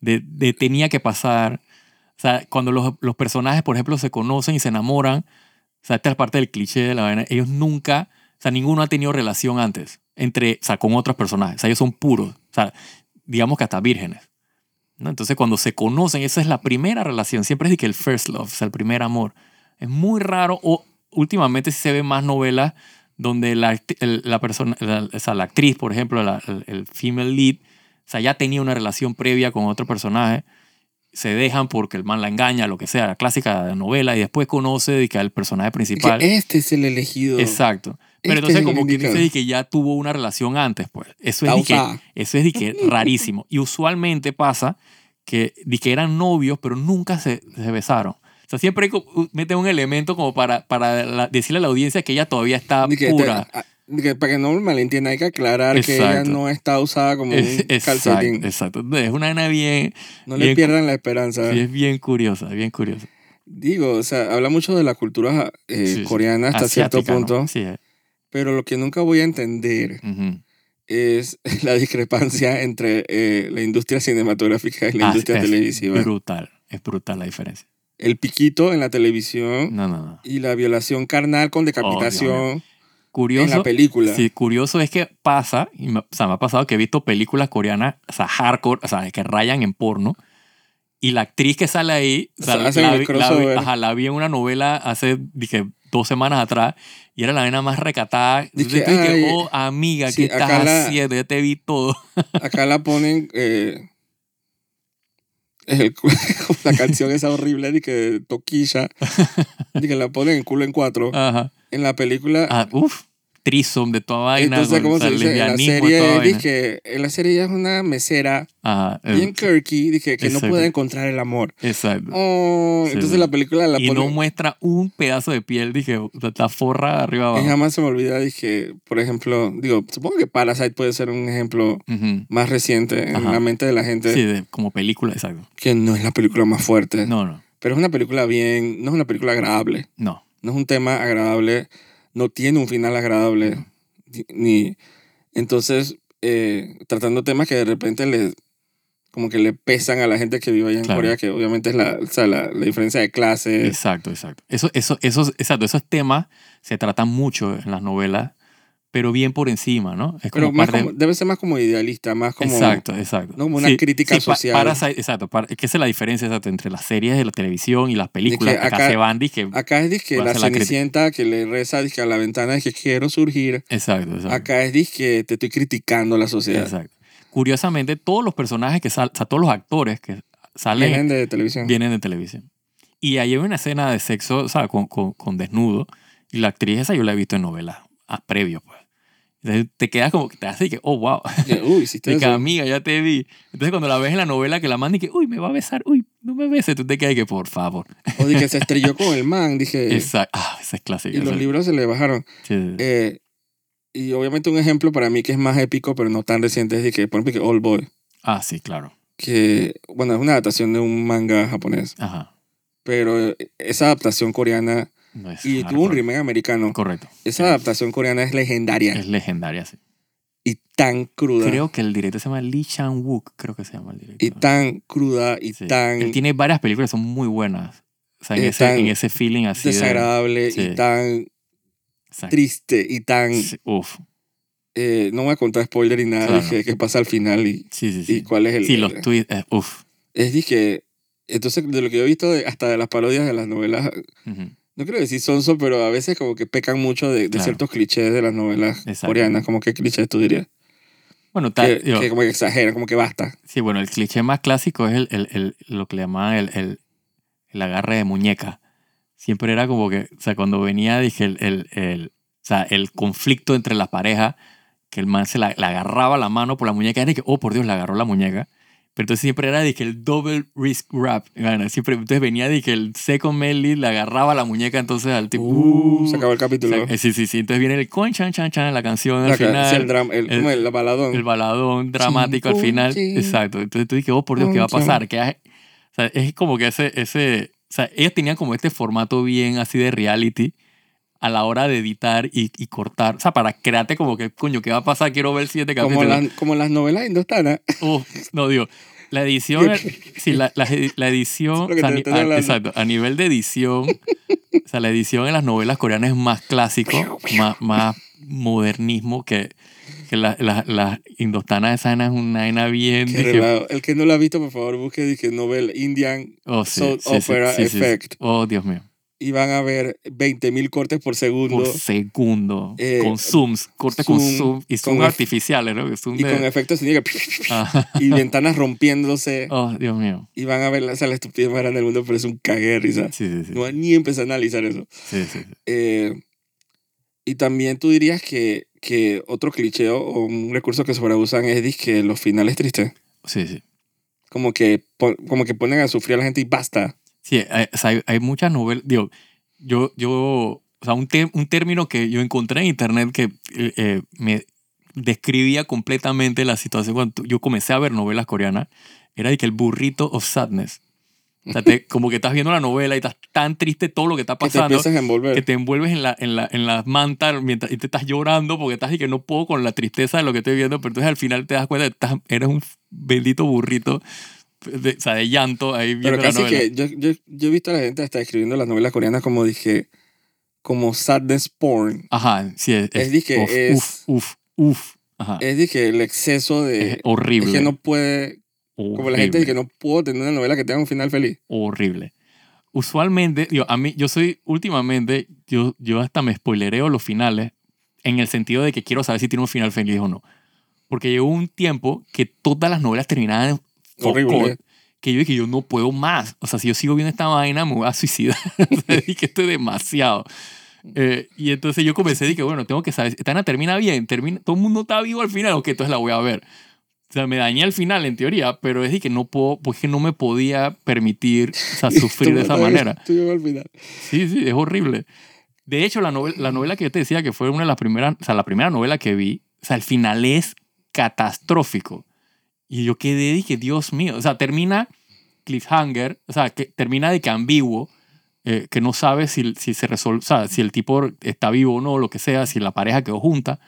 Speaker 2: de- de tenía que pasar. O sea, cuando los, los personajes, por ejemplo, se conocen y se enamoran, o sea, esta es parte del cliché de la vaina. Ellos nunca, o sea, ninguno ha tenido relación antes entre, o sea, con otros personajes. O sea, ellos son puros, o sea, digamos que hasta vírgenes. ¿no? Entonces, cuando se conocen, esa es la primera relación. Siempre es de que el first love, o sea, el primer amor. Es muy raro o últimamente sí se ven más novelas donde la, act- el- la persona, la, o sea, la actriz, por ejemplo, la- el, el female lead, o sea, ya tenía una relación previa con otro personaje, se dejan porque el man la engaña, lo que sea, la clásica novela, y después conoce de que al personaje
Speaker 1: Y que
Speaker 2: principal.
Speaker 1: este es el elegido.
Speaker 2: Exacto. Pero
Speaker 1: Este
Speaker 2: entonces
Speaker 1: es el
Speaker 2: como que
Speaker 1: indicado.
Speaker 2: dice de que ya tuvo una relación antes, pues. Eso es de que,
Speaker 1: Causa.
Speaker 2: eso es de que rarísimo. Y usualmente pasa que, de que eran novios, pero nunca se, se besaron. O sea, siempre hay co- mete un elemento como para, para la- decirle a la audiencia que ella todavía está
Speaker 1: Ni que te-
Speaker 2: pura.
Speaker 1: a- ni que para que no me malentienda, hay que aclarar que ella
Speaker 2: Exacto.
Speaker 1: no está usada como un
Speaker 2: Es- Exacto,
Speaker 1: calcetín.
Speaker 2: exacto. Entonces, Es una nena bien,
Speaker 1: No le
Speaker 2: bien-
Speaker 1: pierdan la esperanza.
Speaker 2: sí, es bien curiosa, bien curiosa.
Speaker 1: Digo, o sea, habla mucho de la cultura eh,
Speaker 2: Sí, sí.
Speaker 1: coreana hasta
Speaker 2: Asiática,
Speaker 1: cierto
Speaker 2: ¿no?
Speaker 1: punto,
Speaker 2: Sí, eh.
Speaker 1: pero lo que nunca voy a entender
Speaker 2: Ujú.
Speaker 1: es la discrepancia entre eh, la industria cinematográfica y la
Speaker 2: Ah,
Speaker 1: industria
Speaker 2: es
Speaker 1: televisiva.
Speaker 2: brutal, es brutal la diferencia.
Speaker 1: El piquito en la televisión
Speaker 2: No, no, no.
Speaker 1: y la violación carnal con decapitación en la
Speaker 2: Curioso,
Speaker 1: película.
Speaker 2: Sí, curioso es que pasa, y me- o sea, me ha pasado que he visto películas coreanas, o sea, hardcore, o sea, que rayan en porno, y la actriz que sale ahí, o sea,
Speaker 1: O sea, hacen
Speaker 2: la,
Speaker 1: el
Speaker 2: vi- la vi-
Speaker 1: crossover.
Speaker 2: ajá, la vi en una novela hace, dije, dos semanas atrás, y era la nena más recatada. Entonces
Speaker 1: Dije,
Speaker 2: yo dije,
Speaker 1: "Ay,
Speaker 2: oh, amiga,
Speaker 1: sí,
Speaker 2: ¿qué estás
Speaker 1: acá la-
Speaker 2: haciendo? Ya te vi todo.
Speaker 1: Acá la ponen eh, el cu- la canción esa horrible de que Toquilla, de que la ponen en culo en cuatro.
Speaker 2: Ajá.
Speaker 1: En la película,
Speaker 2: Ah, uf, trisom de toda vaina.
Speaker 1: entonces, ¿cómo
Speaker 2: o sea,
Speaker 1: se dice? En la
Speaker 2: lesbianismo de toda
Speaker 1: serie,
Speaker 2: vaina.
Speaker 1: dije, en la serie ella es una mesera
Speaker 2: Ajá, eh,
Speaker 1: bien quirky, dije, que no
Speaker 2: Exacto.
Speaker 1: puede encontrar el amor.
Speaker 2: exacto.
Speaker 1: Oh,
Speaker 2: Sí,
Speaker 1: entonces
Speaker 2: sí.
Speaker 1: la película la
Speaker 2: y
Speaker 1: ponen...
Speaker 2: no muestra un pedazo de piel, dije, "Oh, la- la forra arriba
Speaker 1: Y
Speaker 2: abajo.
Speaker 1: jamás se me olvida, dije, por ejemplo, digo, supongo que Parasite puede ser un ejemplo
Speaker 2: Ujú.
Speaker 1: más reciente en
Speaker 2: Ajá.
Speaker 1: la mente de la gente,
Speaker 2: Sí, de- como película, exacto.
Speaker 1: que no es la película más fuerte,
Speaker 2: No, no,
Speaker 1: pero es una película bien, no es una película agradable,
Speaker 2: no.
Speaker 1: no es un tema agradable, no tiene un final agradable, ni... Entonces, eh, tratando temas que de repente le, como que le pesan a la gente que vive allá en
Speaker 2: Claro.
Speaker 1: Corea, que obviamente es la, o sea, la, la diferencia de clase.
Speaker 2: Exacto, exacto. Eso, eso, esos, exacto. Esos temas se tratan mucho en las novelas, pero bien por encima, ¿no? Es
Speaker 1: pero
Speaker 2: como
Speaker 1: más
Speaker 2: parte-
Speaker 1: como- debe ser más como idealista, más como...
Speaker 2: exacto, exacto.
Speaker 1: no como una crítica
Speaker 2: pa-
Speaker 1: social.
Speaker 2: Parasite, exacto. para- que esa es la diferencia exacto, entre las series de la televisión y las películas.
Speaker 1: que
Speaker 2: acá,
Speaker 1: acá-
Speaker 2: se van, dije.
Speaker 1: Acá es disque
Speaker 2: Va a
Speaker 1: la
Speaker 2: ser la crítica.
Speaker 1: cenicienta que le reza disque a la ventana de que quiero surgir.
Speaker 2: exacto, exacto.
Speaker 1: Acá es disque te estoy criticando la sociedad.
Speaker 2: exacto. Curiosamente, todos los personajes que salen, o sea, todos los actores que salen
Speaker 1: Vienen de televisión.
Speaker 2: vienen de televisión. Y ahí hay una escena de sexo, o sea, con, con- con desnudo. Y la actriz esa yo la he visto en novelas ah, previos, pues. Entonces te quedas como que te hace que, oh, wow.
Speaker 1: Eh, Uy, hiciste
Speaker 2: De que,
Speaker 1: eso.
Speaker 2: amiga, ya te vi. Entonces cuando la ves en la novela que la manda y que, uy, me va a besar, uy, no me beses. Tú te quedas y que, por favor.
Speaker 1: O dije se estrelló con el man, dije.
Speaker 2: Esa, ah, esa es clásica.
Speaker 1: Y los
Speaker 2: esa-
Speaker 1: libros se le bajaron.
Speaker 2: sí, sí, sí.
Speaker 1: Eh, y obviamente un ejemplo para mí que es más épico, pero no tan reciente, es de que, por ejemplo, que Old Boy.
Speaker 2: ah, sí, claro.
Speaker 1: Que, bueno, es una adaptación de un manga japonés.
Speaker 2: Ajá.
Speaker 1: Pero eh, esa adaptación coreana.
Speaker 2: No es
Speaker 1: Y tuvo
Speaker 2: hardcore.
Speaker 1: un remake americano.
Speaker 2: Correcto.
Speaker 1: Esa adaptación coreana es legendaria
Speaker 2: Es legendaria, sí.
Speaker 1: y tan cruda.
Speaker 2: Creo que el director se llama Lee Chang-wook, creo que se llama el director.
Speaker 1: y tan cruda y
Speaker 2: Sí.
Speaker 1: tan
Speaker 2: Él tiene varias películas que son muy buenas. O sea, en,
Speaker 1: Eh,
Speaker 2: ese,
Speaker 1: tan
Speaker 2: en ese feeling así. de-
Speaker 1: desagradable y
Speaker 2: sí.
Speaker 1: tan
Speaker 2: Exacto.
Speaker 1: triste y tan...
Speaker 2: Sí, Uf,
Speaker 1: eh, no voy a contar spoiler y nada,
Speaker 2: Claro.
Speaker 1: dije qué pasa al final y,
Speaker 2: sí, sí,
Speaker 1: y
Speaker 2: sí.
Speaker 1: cuál es el...
Speaker 2: Sí, los tweets, eh, uf.
Speaker 1: Es dije, entonces de lo que yo he visto, de- hasta de las parodias de las novelas,
Speaker 2: Ujú,
Speaker 1: no quiero decir sonso, pero a veces como que pecan mucho de, de
Speaker 2: Claro.
Speaker 1: ciertos clichés de las novelas
Speaker 2: Exacto.
Speaker 1: coreanas, como que clichés tú dirías,
Speaker 2: Bueno, tal,
Speaker 1: que,
Speaker 2: digo,
Speaker 1: que como que exageran, como que basta.
Speaker 2: sí, bueno, el cliché más clásico es el, el- el- lo que le llamaban el, el, el agarre de muñeca. Siempre era como que, o sea, cuando venía, dije, el, el, el- o sea, el conflicto entre las parejas, que el man se la, le agarraba la mano por la muñeca, era de que, oh, por Dios, le agarró la muñeca. Pero entonces siempre era, dije, el double risk grab. Bueno, siempre, entonces venía, dije, el second melee le agarraba la muñeca, entonces al tipo,
Speaker 1: Uh, se
Speaker 2: "Uh".
Speaker 1: acabó el
Speaker 2: O
Speaker 1: capítulo.
Speaker 2: sea, eh, sí, sí, sí. Entonces viene el coin, chan, chan, chan, la canción al
Speaker 1: Acá, sí, el
Speaker 2: final.
Speaker 1: drama, el,
Speaker 2: el-
Speaker 1: ¿cómo es? La baladón.
Speaker 2: El baladón dramático al
Speaker 1: Chin,
Speaker 2: final.
Speaker 1: chin.
Speaker 2: Exacto. Entonces tú dices, oh, por Dios, ¿qué va a
Speaker 1: Chin, chin.
Speaker 2: pasar? ¿Qué hace? O sea, es como que ese, ese... O sea, ellos tenían como este formato bien así de reality a la hora de editar y, y cortar. O sea, para crearte como que, coño, ¿qué va a pasar? Quiero ver siete
Speaker 1: como,
Speaker 2: capítulos.
Speaker 1: las- como las novelas indostanas.
Speaker 2: Uf, no, digo, la edición, sí, la, la- la edición,
Speaker 1: Eso es lo que
Speaker 2: o sea,
Speaker 1: te
Speaker 2: a ni-
Speaker 1: estoy
Speaker 2: a-
Speaker 1: hablando.
Speaker 2: exacto, a nivel de edición, o sea, la edición en las novelas coreanas es más clásico, más, más modernismo que, que la- la- las indostanas esas es una vaina bien,
Speaker 1: Qué
Speaker 2: dije,
Speaker 1: relajo. El que no lo ha visto, por favor, busque dije, novela Indian
Speaker 2: oh, sí,
Speaker 1: Soap
Speaker 2: sí, sí,
Speaker 1: Opera
Speaker 2: sí, sí, sí.
Speaker 1: Effect.
Speaker 2: oh, Dios mío,
Speaker 1: y van a ver 20.000 cortes por segundo
Speaker 2: por segundo,
Speaker 1: Eh,
Speaker 2: con zooms, corte con
Speaker 1: zoom,
Speaker 2: zoom, y
Speaker 1: con
Speaker 2: zoom
Speaker 1: efe-
Speaker 2: artificiales, ¿no? Zoom
Speaker 1: y
Speaker 2: de-
Speaker 1: con efectos de
Speaker 2: Ah,
Speaker 1: y ventanas rompiéndose
Speaker 2: oh, Dios mío,
Speaker 1: y van a ver la, o sea, la estupidez más grande del mundo, pero es un cague de risa.
Speaker 2: sí, sí, sí,
Speaker 1: No van ni a empezar a analizar eso.
Speaker 2: sí, sí, sí.
Speaker 1: Eh, y también tú dirías que, que otro cliché o o un recurso que sobreusan es disque los finales tristes.
Speaker 2: sí, sí.
Speaker 1: Como que, pon- como que ponen a sufrir a la gente y basta.
Speaker 2: Sí, hay, o sea, hay- hay muchas novelas. Digo, yo, yo, o sea, un, te- un término que yo encontré en internet que eh, eh, me describía completamente la situación cuando tú- yo comencé a ver novelas coreanas, era de que el burrito of sadness. O sea, te- como que estás viendo la novela y estás tan triste todo lo que está
Speaker 1: Que te
Speaker 2: pasando
Speaker 1: empiezas a
Speaker 2: que
Speaker 1: envolver.
Speaker 2: te envuelves en la, en la, en la manta mientras, y te estás llorando porque estás y que no puedo con la tristeza de lo que estoy viendo, pero entonces al final te das cuenta que estás- eres un bendito burrito de, o sea, de llanto ahí viendo
Speaker 1: Pero casi
Speaker 2: la novela.
Speaker 1: que yo, yo, yo he visto a la gente hasta escribiendo las novelas coreanas como dije, como sadness porn.
Speaker 2: Ajá, sí, es,
Speaker 1: Es dije,
Speaker 2: uf,
Speaker 1: es-
Speaker 2: uf, uf, uf. Ajá. Es,
Speaker 1: Es dije, el exceso de...
Speaker 2: Ah. horrible.
Speaker 1: Es que no puede, como la gente dice que
Speaker 2: horrible,
Speaker 1: no puedo tener una novela que tenga un final feliz.
Speaker 2: Horrible. Usualmente, digo, a mí, yo soy, últimamente, yo, yo hasta me spoilereo los finales en el sentido de que quiero saber si tiene un final feliz o no. Porque llegó un tiempo que todas las novelas terminaban en
Speaker 1: Horrible.
Speaker 2: focot, que yo dije, yo no puedo más. O sea, si yo sigo viendo esta vaina, me voy a suicidar. O sea, dije, esto es demasiado. Eh, y entonces yo comencé, dije, bueno, tengo que saber, Tana termina bien, termina, todo el mundo está vivo al final, ok, entonces la voy a ver. O sea, me dañé al final, en teoría, pero es de que no puedo, porque no me podía permitir, o sea, sufrir de esa manera.
Speaker 1: Estuve al final.
Speaker 2: Sí, sí, es horrible. De hecho, la, novela, la novela que yo te decía que fue una de las primeras, o sea, la primera novela que vi, o sea, el final es catastrófico. Y yo quedé, dije, Dios mío, o sea, termina cliffhanger, o sea, que termina de que ambiguo, eh, que no sabe si, si se resolve, o sea, si el tipo está vivo o no, lo que sea, si la pareja quedó junta,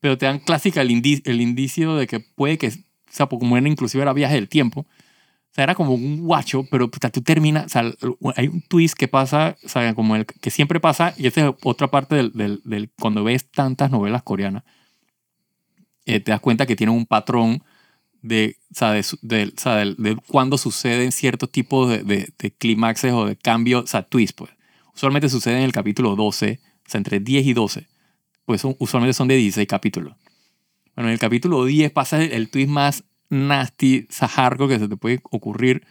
Speaker 2: pero te dan clásica el, indi el indicio de que puede que, o sea, como era inclusive era viaje del tiempo, o sea, era como un guacho, pero puta, tú terminas, o sea, hay un twist que pasa, o sea, como el que siempre pasa, y esta es otra parte del, del, del cuando ves tantas novelas coreanas, eh, te das cuenta que tienen un patrón de, o sea, de, de, o sea, de, de cuando suceden ciertos tipos de, de, clímaxes o de cambios, o sea, twists, pues. Usualmente sucede en el capítulo 12, o sea, entre 10 y 12. Pues son, usualmente son de 16 capítulos. Bueno, en el capítulo 10 pasa el, el twist más nasty, sajarco que se te puede ocurrir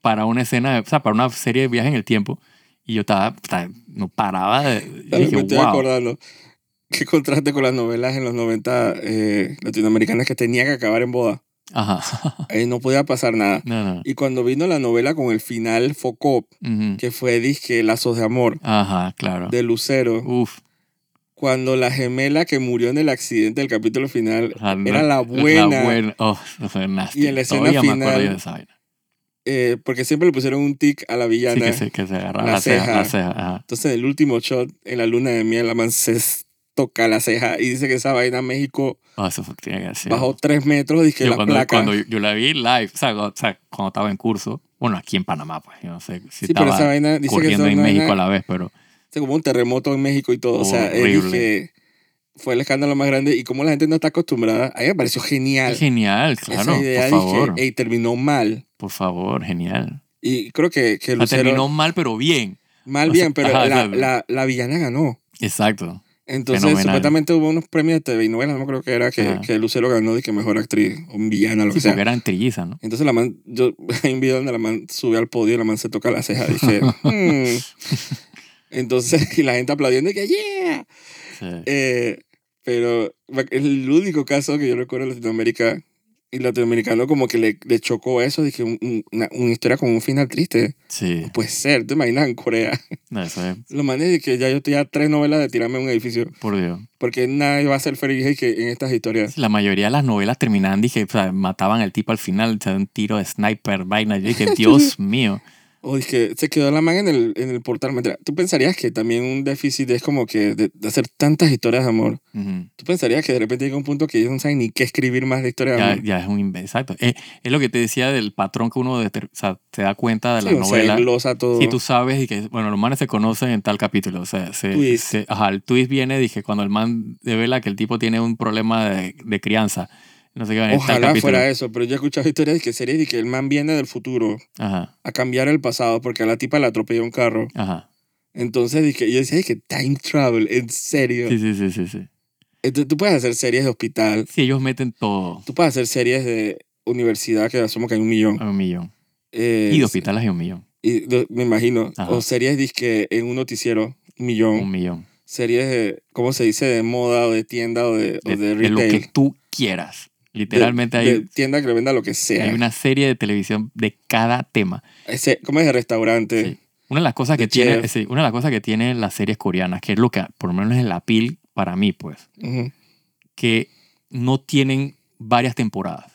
Speaker 2: para una escena, o sea, para una serie de viaje en el tiempo. Y yo estaba, estaba no paraba de...
Speaker 1: Dale,
Speaker 2: dije,
Speaker 1: me estoy
Speaker 2: wow.
Speaker 1: acordando. Qué contraste con las novelas en los 90 eh, latinoamericanas que tenía que acabar en boda.
Speaker 2: Ajá.
Speaker 1: Ahí no podía pasar nada.
Speaker 2: No, no.
Speaker 1: Y cuando vino la novela con el final Focop,
Speaker 2: Ujú.
Speaker 1: que fue disque Lazos de Amor,
Speaker 2: Ajá, claro.
Speaker 1: de Lucero,
Speaker 2: Uf.
Speaker 1: cuando la gemela que murió en el accidente del capítulo final
Speaker 2: O sea, no-
Speaker 1: era la buena,
Speaker 2: La buena. Oh, no fue nasty.
Speaker 1: Y en la escena
Speaker 2: Todavía me acuerdo
Speaker 1: final,
Speaker 2: yo de esa vaina.
Speaker 1: eh, porque siempre le pusieron un tic a la
Speaker 2: Sí,
Speaker 1: villana.
Speaker 2: que se, que se agarraba
Speaker 1: la
Speaker 2: la, ceja.
Speaker 1: ceja.
Speaker 2: La ceja, ajá.
Speaker 1: Entonces, en el último shot, en la luna de miel, la man se s- toca la ceja y dice que esa vaina México
Speaker 2: Oh, eso fue- tiene que haber sido-
Speaker 1: bajó tres metros y que
Speaker 2: yo
Speaker 1: la
Speaker 2: cuando,
Speaker 1: placa.
Speaker 2: cuando yo, yo la vi live, o sea, cuando, o sea, cuando estaba en curso, bueno, aquí en Panamá, pues, yo no sé si
Speaker 1: sí, pero
Speaker 2: estaba
Speaker 1: esa vaina dice que esa
Speaker 2: corriendo en
Speaker 1: vaina-
Speaker 2: México a la vez, pero
Speaker 1: se como un terremoto en México y todo. O sea, él
Speaker 2: Horrible.
Speaker 1: dije, fue el escándalo más grande y como la gente no está acostumbrada, a mí me pareció genial.
Speaker 2: genial, claro,
Speaker 1: esa idea
Speaker 2: por favor,
Speaker 1: dije, "Ey, terminó mal.
Speaker 2: por favor, genial.
Speaker 1: Y creo que, que
Speaker 2: La
Speaker 1: Lucero,
Speaker 2: terminó mal, pero bien,
Speaker 1: mal
Speaker 2: o
Speaker 1: bien,
Speaker 2: sea,
Speaker 1: pero
Speaker 2: ajá,
Speaker 1: la,
Speaker 2: exacto.
Speaker 1: la, la villana ganó.
Speaker 2: exacto.
Speaker 1: Entonces,
Speaker 2: Fenomenal.
Speaker 1: supuestamente hubo unos premios de TV y novelas, no creo que era que,
Speaker 2: Ajá.
Speaker 1: que Lucero ganó de que mejor actriz o villana, lo
Speaker 2: Sí,
Speaker 1: que sea.
Speaker 2: porque eran trillizas, ¿no?
Speaker 1: Entonces la man, yo hay un video donde la man sube al podio y la man se toca la ceja. Dije, "Mm". Entonces, y la gente aplaudiendo y que, yeah.
Speaker 2: Sí.
Speaker 1: Eh, pero es el único caso que yo recuerdo en Latinoamérica y latinoamericano como que le, le chocó eso. Dije, un- un- una, una historia con un final triste.
Speaker 2: sí.
Speaker 1: Puede ser, te imaginas en Corea.
Speaker 2: No, eso es,
Speaker 1: Lo manes de que ya yo tenía tres novelas de tirarme a un edificio.
Speaker 2: por Dios.
Speaker 1: Porque nadie va a ser feliz y que en estas historias.
Speaker 2: La mayoría de las novelas terminaban, dije, o sea, mataban al tipo al final, o sea, un tiro de sniper, vaina. Yo dije, Dios mío.
Speaker 1: O dije, se quedó la man en el, en el portal. Mentira, Tú pensarías que también un déficit es como que de, de hacer tantas historias de amor.
Speaker 2: Ujú.
Speaker 1: Tú pensarías que de repente llega un punto que ellos no saben ni qué escribir más de historias de
Speaker 2: Ya,
Speaker 1: amor.
Speaker 2: ya es un inven- Exacto. Eh, es lo que te decía del patrón que uno deter- o sea, se da cuenta de
Speaker 1: Sí,
Speaker 2: la
Speaker 1: o sea,
Speaker 2: novela.
Speaker 1: glosa todo.
Speaker 2: Si tú sabes y que, bueno, los manes se conocen en tal capítulo. O sea, se,
Speaker 1: Twist.
Speaker 2: se- ajá, el twist viene, dije, cuando el man devela que el tipo tiene un problema de, de crianza. No sé qué, en tal
Speaker 1: Ojalá
Speaker 2: capítulo.
Speaker 1: fuera eso, pero yo he escuchado historias de que series de que el man viene del futuro
Speaker 2: Ajá,
Speaker 1: a cambiar el pasado porque a la tipa le atropelló un carro.
Speaker 2: ajá.
Speaker 1: Entonces dije, yo decía, "Ay, que time travel, en serio.
Speaker 2: Sí, sí, sí, sí, sí.
Speaker 1: Entonces, tú puedes hacer series de hospital,
Speaker 2: Sí, ellos meten todo
Speaker 1: tú puedes hacer series de universidad, que asumo que hay un millón.
Speaker 2: a un millón.
Speaker 1: Eh,
Speaker 2: Y de hospitales hay un millón.
Speaker 1: y de- me imagino.
Speaker 2: Ajá.
Speaker 1: O series disque en un noticiero, un millón.
Speaker 2: Un millón.
Speaker 1: Series de, ¿cómo se dice? De moda o de tienda o de, o
Speaker 2: De,
Speaker 1: Pues de
Speaker 2: de
Speaker 1: retail.
Speaker 2: lo que tú quieras.
Speaker 1: De-
Speaker 2: Literalmente hay,
Speaker 1: de tienda que le venda lo que sea.
Speaker 2: hay una serie de televisión de cada tema.
Speaker 1: Ese, ¿Cómo es de restaurante?
Speaker 2: Sí. Una de las cosas
Speaker 1: The
Speaker 2: que tiene,
Speaker 1: Chef.
Speaker 2: sí, una de las cosas que tiene las series coreanas, que es lo que por lo menos es la pil para mí, pues,
Speaker 1: Ujú.
Speaker 2: que no tienen varias temporadas.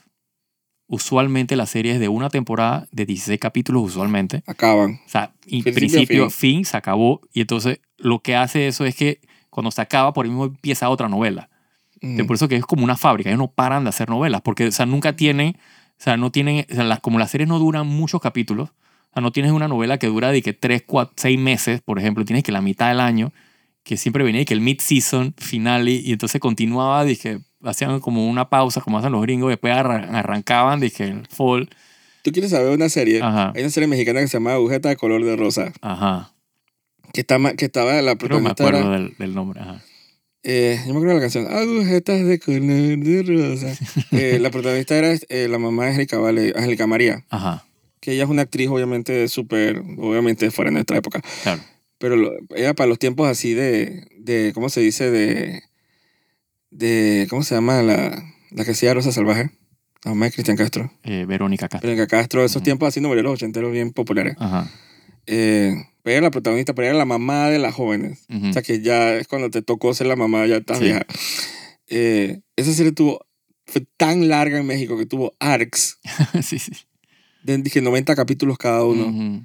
Speaker 2: Usualmente las series de una temporada de 16 capítulos usualmente,
Speaker 1: Acaban.
Speaker 2: o sea, y
Speaker 1: Principio,
Speaker 2: principio, fin. se acabó y entonces lo que hace eso es que cuando se acaba por ahí mismo empieza otra novela.
Speaker 1: Ujú.
Speaker 2: Entonces, Por eso que es como una fábrica, ellos no paran de hacer novelas, porque o sea, nunca tienen, o sea, no tienen, o sea, las- como las series no duran muchos capítulos, o sea, no tienes una novela que dura de que tres, cuatro, seis meses, por ejemplo, tienes que la mitad del año, que siempre venía de que el mid-season, finale, y entonces continuaba, dije, hacían como una pausa, como hacen los gringos, y después arra- arrancaban, dije, el fall,
Speaker 1: ¿Tú quieres saber una serie?
Speaker 2: ajá,
Speaker 1: Hay una serie mexicana que se llama Agujeta de color de rosa,
Speaker 2: ajá,
Speaker 1: que, está, ma- que estaba la
Speaker 2: creo que me
Speaker 1: protagonista.
Speaker 2: acuerdo
Speaker 1: era,
Speaker 2: del, del nombre, ajá.
Speaker 1: eh, yo me acuerdo de la canción Agujetas de color de rosa. Eh, la protagonista era eh, la mamá de Angélica Vale, Angélica María,
Speaker 2: Ajá,
Speaker 1: que ella es una actriz obviamente súper, obviamente fuera de nuestra época,
Speaker 2: Claro.
Speaker 1: pero lo- ella para los tiempos así de, de ¿cómo se dice? De, de ¿cómo se llama? La, la que hacía Rosa Salvaje, la mamá de Cristian Castro.
Speaker 2: Eh, Verónica Castro.
Speaker 1: Verónica Castro, esos
Speaker 2: Ujú.
Speaker 1: tiempos así no murió los ochenteros bien populares.
Speaker 2: Ajá.
Speaker 1: Eh, pero era la protagonista, pero era la mamá de las jóvenes.
Speaker 2: Ujú.
Speaker 1: O sea, que ya es cuando te tocó ser la mamá, ya estás
Speaker 2: Sí.
Speaker 1: vieja. Eh, esa serie tuvo, fue tan larga en México que tuvo arcs
Speaker 2: sí, sí.
Speaker 1: de dije, 90 capítulos cada uno.
Speaker 2: Ujú.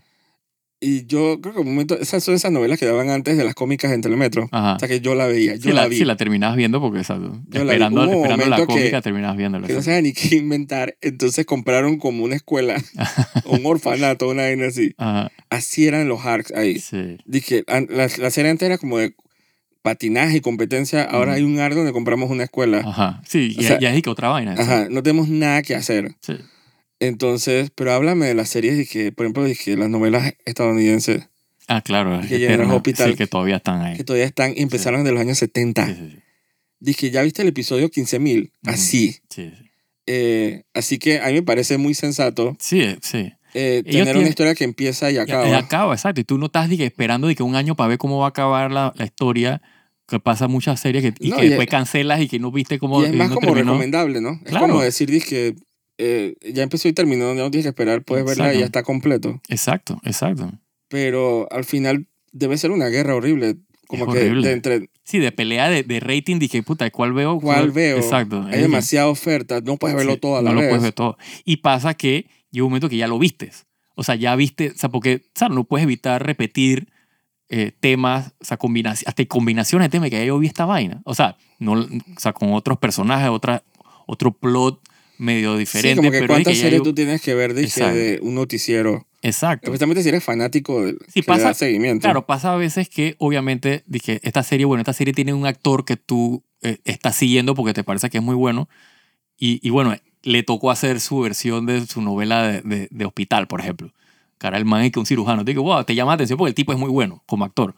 Speaker 1: Y yo creo que en un momento, esas son esas novelas que daban antes de las cómicas en Telemetro.
Speaker 2: Ajá.
Speaker 1: O sea, que yo la veía, yo
Speaker 2: si,
Speaker 1: la,
Speaker 2: la,
Speaker 1: vi.
Speaker 2: si la terminabas viendo, porque exacto,
Speaker 1: Yo la vi.
Speaker 2: esperando,
Speaker 1: Hubo un
Speaker 2: esperando la
Speaker 1: momento que-
Speaker 2: cómica, terminabas viéndola.
Speaker 1: que no
Speaker 2: sí.
Speaker 1: sabía ni qué inventar. Entonces compraron como una escuela, o un orfanato, una vaina así.
Speaker 2: Ajá,
Speaker 1: Así eran los arcs ahí.
Speaker 2: Ah, sí.
Speaker 1: Dije, an- la, la serie antes era como de patinaje y competencia. Ahora
Speaker 2: Ujú.
Speaker 1: hay un arc donde compramos una escuela.
Speaker 2: Ajá. Sí,
Speaker 1: O
Speaker 2: ya,
Speaker 1: sea,
Speaker 2: ya es que otra vaina. Ah, sí.
Speaker 1: Ajá, no tenemos nada que hacer.
Speaker 2: Sí.
Speaker 1: Entonces, pero háblame de las series de que, por ejemplo, de que las novelas estadounidenses
Speaker 2: Ah, claro.
Speaker 1: Y
Speaker 2: Es
Speaker 1: que General
Speaker 2: eterna.
Speaker 1: Hospital-
Speaker 2: Sí, que todavía están ahí.
Speaker 1: que todavía están, empezaron de los años 70.
Speaker 2: Sí, sí, sí.
Speaker 1: Dije, ¿ya viste el episodio 15.000?
Speaker 2: Ujú.
Speaker 1: Así.
Speaker 2: Sí, sí.
Speaker 1: Eh, así que a mí me parece muy sensato
Speaker 2: Sí, eh, sí.
Speaker 1: eh,
Speaker 2: Ellos
Speaker 1: tener una
Speaker 2: tienen-
Speaker 1: historia que empieza y
Speaker 2: Ya-
Speaker 1: acaba.
Speaker 2: ya acaba, exacto. Y tú no estás dije, esperando de que un año para ver cómo va a acabar la, la historia, que pasa muchas series que, y
Speaker 1: No,
Speaker 2: que
Speaker 1: y
Speaker 2: después
Speaker 1: es-
Speaker 2: cancelas y que no viste cómo
Speaker 1: y es
Speaker 2: eh,
Speaker 1: más
Speaker 2: no
Speaker 1: como
Speaker 2: terminó.
Speaker 1: recomendable, ¿no? Es
Speaker 2: Claro.
Speaker 1: como decir, dije, eh, ya empezó y terminó, no tienes que esperar, puedes verla y ya
Speaker 2: Exacto.
Speaker 1: está completo.
Speaker 2: Exacto, exacto.
Speaker 1: Pero al final debe ser una guerra horrible. Como
Speaker 2: Es
Speaker 1: que
Speaker 2: horrible.
Speaker 1: de entre
Speaker 2: Sí, de pelea de, de rating, dije, puta, ¿cuál veo?
Speaker 1: ¿Cuál veo?
Speaker 2: Exacto.
Speaker 1: Hay
Speaker 2: Es que-
Speaker 1: demasiada oferta, no puedes verlo
Speaker 2: Sí,
Speaker 1: todo a la
Speaker 2: no lo
Speaker 1: vez.
Speaker 2: puedes ver todo. Y pasa que llega un momento que ya lo vistes. O sea, ya viste, o sea, porque, o sea, no puedes evitar repetir eh, temas, o sea, combinaci- hasta combinaciones de temas que ya yo vi esta vaina. O sea, no, o sea con otros personajes, otra, otro plot medio diferente.
Speaker 1: sí, como que
Speaker 2: pero es
Speaker 1: cuántas
Speaker 2: ya
Speaker 1: series
Speaker 2: yo-
Speaker 1: tú tienes que ver dije,
Speaker 2: Exacto.
Speaker 1: de un noticiero.
Speaker 2: Exacto.
Speaker 1: Especialmente si eres fanático del
Speaker 2: Sí,
Speaker 1: que le
Speaker 2: pasa-
Speaker 1: da seguimiento.
Speaker 2: Claro, pasa a veces que obviamente dije, esta serie, bueno, esta serie tiene un actor que tú eh, estás siguiendo porque te parece que es muy bueno. Y, y bueno, le tocó hacer su versión de su novela de, de- de hospital, por ejemplo. Cara, el man es que un cirujano. Te digo, wow, te llama la atención porque el tipo es muy bueno como actor.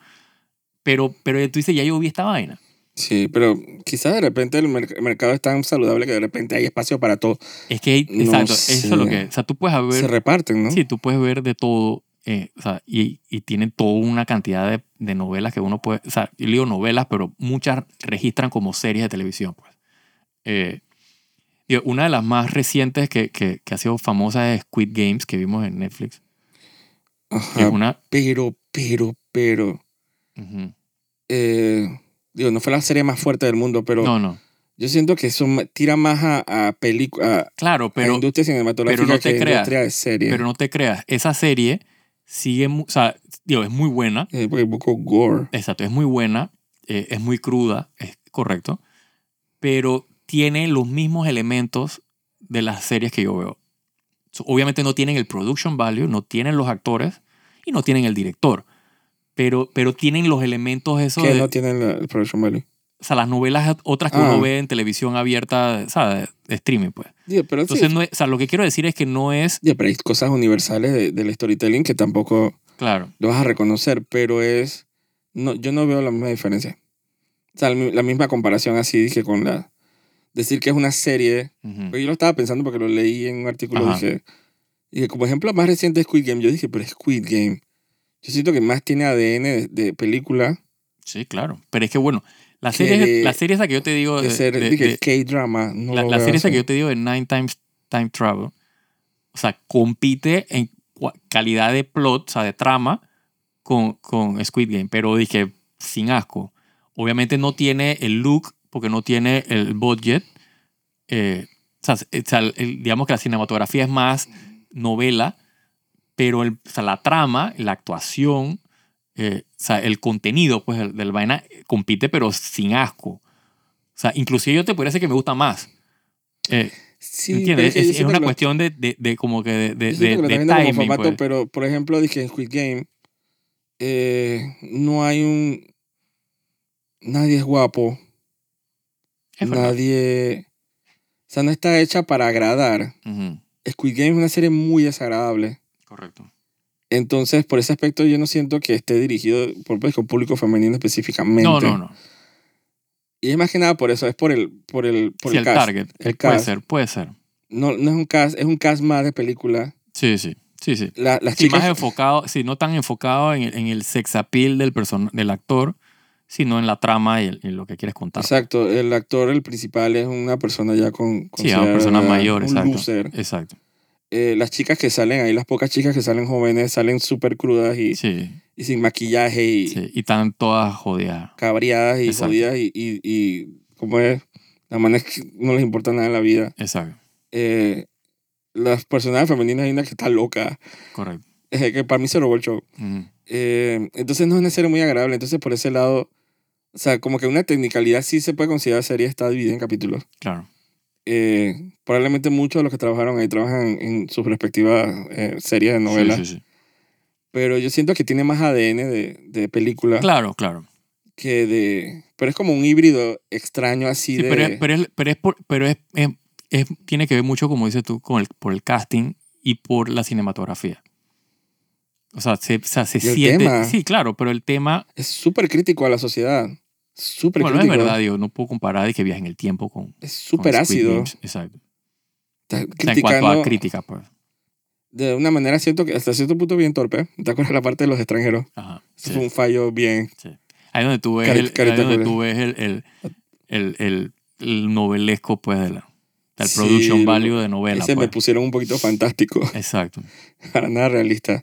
Speaker 2: Pero, pero tú dices, ya yo vi esta vaina.
Speaker 1: Sí, pero quizás de repente el, merc- el mercado es tan saludable que de repente hay espacio para todo.
Speaker 2: Es que, hay-
Speaker 1: No
Speaker 2: exacto,
Speaker 1: sé.
Speaker 2: eso es lo que. O sea, tú puedes
Speaker 1: Se
Speaker 2: ver.
Speaker 1: reparten, ¿no?
Speaker 2: Sí, tú puedes ver de todo. eh, o sea, y, y tienen toda una cantidad de, de novelas que uno puede. O sea, yo leo novelas, pero muchas registran como series de televisión. Pues. Eh, digo, una de las más recientes que, que, que ha sido famosa es Squid Games, que vimos en Netflix. que
Speaker 1: Ajá.
Speaker 2: es una.
Speaker 1: Pero, pero, pero.
Speaker 2: Ujú.
Speaker 1: eh, digo, no fue la serie más fuerte del mundo, pero
Speaker 2: No, no.
Speaker 1: yo siento que eso ma- tira más a, a, pelicu- a,
Speaker 2: Claro,
Speaker 1: a
Speaker 2: pero,
Speaker 1: industria cinematográfica
Speaker 2: pero no te
Speaker 1: que a
Speaker 2: creas,
Speaker 1: industria de serie.
Speaker 2: pero no te creas. Esa serie sigue. mu- O sea, digo, es muy buena.
Speaker 1: Eh, porque hay poco gore.
Speaker 2: Exacto, es muy buena. eh, es muy cruda, es correcto. Pero tiene los mismos elementos de las series que yo veo. So, obviamente no tienen el production value, no tienen los actores y no tienen el director. Pero, pero tienen los elementos esos
Speaker 1: que
Speaker 2: de,
Speaker 1: no tienen la- el production value.
Speaker 2: o sea, las novelas otras que
Speaker 1: Ah.
Speaker 2: uno ve en televisión abierta, o sea, de- de streaming, pues.
Speaker 1: Digo, pero, sí,
Speaker 2: Entonces, no es- o sea, lo que quiero decir es que no es,
Speaker 1: digo, pero hay cosas universales de- del storytelling que tampoco
Speaker 2: claro,
Speaker 1: lo vas a reconocer, pero es... No, yo no veo la misma diferencia. O sea, la mi- la misma comparación así dije con la... Decir que es una serie...
Speaker 2: ujú,
Speaker 1: Yo lo estaba pensando porque lo leí en un artículo,
Speaker 2: Ajá.
Speaker 1: dije... Dije, como ejemplo más reciente de Squid Game, yo dije, pero Squid Game. Yo siento que más tiene ADN de, de película
Speaker 2: sí, claro, pero es que bueno, la
Speaker 1: Que
Speaker 2: serie,
Speaker 1: de-
Speaker 2: la serie esa que yo te digo,
Speaker 1: de
Speaker 2: de,
Speaker 1: ser,
Speaker 2: de-
Speaker 1: dije,
Speaker 2: de-
Speaker 1: K-drama. No
Speaker 2: la,
Speaker 1: lo
Speaker 2: la
Speaker 1: veo
Speaker 2: serie esa
Speaker 1: así.
Speaker 2: que yo te digo de Nine Times Time Travel, o sea, compite en cua- calidad de plot, o sea, de trama con, con Squid Game, pero dije, sin asco. Obviamente no tiene el look, porque no tiene el budget, eh, o sea, o sea, el- el- digamos que la cinematografía es más novela, pero el, o sea, la trama, la actuación, eh, o sea, el contenido pues, del, del vaina eh, compite, pero sin asco. O sea, inclusive yo te podría decir que me gusta más. Eh,
Speaker 1: Sí, pero
Speaker 2: ¿Entiendes?
Speaker 1: que yo
Speaker 2: Es, es
Speaker 1: siento
Speaker 2: una
Speaker 1: que lo-
Speaker 2: cuestión de, de, de como que de, de,
Speaker 1: Yo siento
Speaker 2: de-
Speaker 1: que lo
Speaker 2: de
Speaker 1: están viendo como
Speaker 2: timing.
Speaker 1: formato,
Speaker 2: Pues.
Speaker 1: pero por ejemplo, dije en Squid Game, eh, no hay un. Nadie es guapo,
Speaker 2: Es verdad.
Speaker 1: nadie. O sea, no está hecha para agradar.
Speaker 2: Ujú,
Speaker 1: Squid Game es una serie muy desagradable.
Speaker 2: Correcto.
Speaker 1: Entonces, por ese aspecto, yo no siento que esté dirigido por pues, con público femenino específicamente.
Speaker 2: No, no, no.
Speaker 1: Y es más que nada por eso, es por el, por el, por
Speaker 2: Sí,
Speaker 1: el,
Speaker 2: el
Speaker 1: cast.
Speaker 2: target.
Speaker 1: El
Speaker 2: puede
Speaker 1: cast.
Speaker 2: ser, puede ser.
Speaker 1: No, no es un cast, es un cast más de película
Speaker 2: Sí, sí. Sí, sí.
Speaker 1: La- las
Speaker 2: Sí,
Speaker 1: chicas...
Speaker 2: más enfocado, sí, no tan enfocado en el, en el sex appeal del, person- del actor, sino en la trama y, el- y lo que quieres contar.
Speaker 1: Exacto, el actor, el principal, es una persona ya con...
Speaker 2: Sí, a una
Speaker 1: considerada
Speaker 2: persona mayor,
Speaker 1: un
Speaker 2: exacto.
Speaker 1: loser.
Speaker 2: Exacto.
Speaker 1: Eh, las chicas que salen ahí, las pocas chicas que salen jóvenes, salen súper crudas y,
Speaker 2: Sí,
Speaker 1: y sin maquillaje y
Speaker 2: sí. Y están todas jodidas.
Speaker 1: cabreadas y
Speaker 2: Exacto.
Speaker 1: jodidas y, y, y como es, la manera que no les importa nada en la vida.
Speaker 2: Exacto,
Speaker 1: Eh, las personas femeninas hay una que está loca,
Speaker 2: correcto.
Speaker 1: eh, que para mí se robó el show.
Speaker 2: Ujú.
Speaker 1: Eh, entonces no es una serie muy agradable. Entonces por ese lado, o sea, como que una tecnicalidad sí se puede considerar serie, está dividida en capítulos.
Speaker 2: Claro,
Speaker 1: Eh, probablemente muchos de los que trabajaron ahí trabajan en sus respectivas eh, series de
Speaker 2: Sí,
Speaker 1: novelas.
Speaker 2: sí, sí.
Speaker 1: Pero yo siento que tiene más ADN de, de película
Speaker 2: claro, claro.
Speaker 1: que de... Pero es como un híbrido extraño así
Speaker 2: Sí,
Speaker 1: de...
Speaker 2: pero, es- pero es, pero es por- pero es- es- es- tiene que ver mucho, como dices tú, con el, por el casting y por la cinematografía. O sea, se, o sea, se
Speaker 1: Y el
Speaker 2: siente.
Speaker 1: tema.
Speaker 2: Sí, claro, pero el tema.
Speaker 1: Es súper crítico a la sociedad. Súper
Speaker 2: Bueno, es
Speaker 1: crítico.
Speaker 2: verdad, digo, no puedo comparar de que viaje en el tiempo con.
Speaker 1: Es
Speaker 2: con
Speaker 1: súper
Speaker 2: Squid
Speaker 1: ácido.
Speaker 2: Games. Exacto.
Speaker 1: Está
Speaker 2: O sea, en cuanto
Speaker 1: criticando
Speaker 2: a crítica, pues.
Speaker 1: de una manera cierto que hasta cierto punto bien torpe. ¿Te acuerdas la parte de los extranjeros?
Speaker 2: Ajá.
Speaker 1: Eso
Speaker 2: sí.
Speaker 1: fue un fallo bien
Speaker 2: Ahí donde tú ves,
Speaker 1: Cari-
Speaker 2: el, ahí
Speaker 1: caricatura.
Speaker 2: donde tú ves el, el, el, el- el novelesco, pues, de la, del
Speaker 1: Sí,
Speaker 2: production
Speaker 1: loco.
Speaker 2: value de novela.
Speaker 1: Ese me
Speaker 2: pues.
Speaker 1: pusieron un poquito fantástico,
Speaker 2: Exacto.
Speaker 1: para nada realista.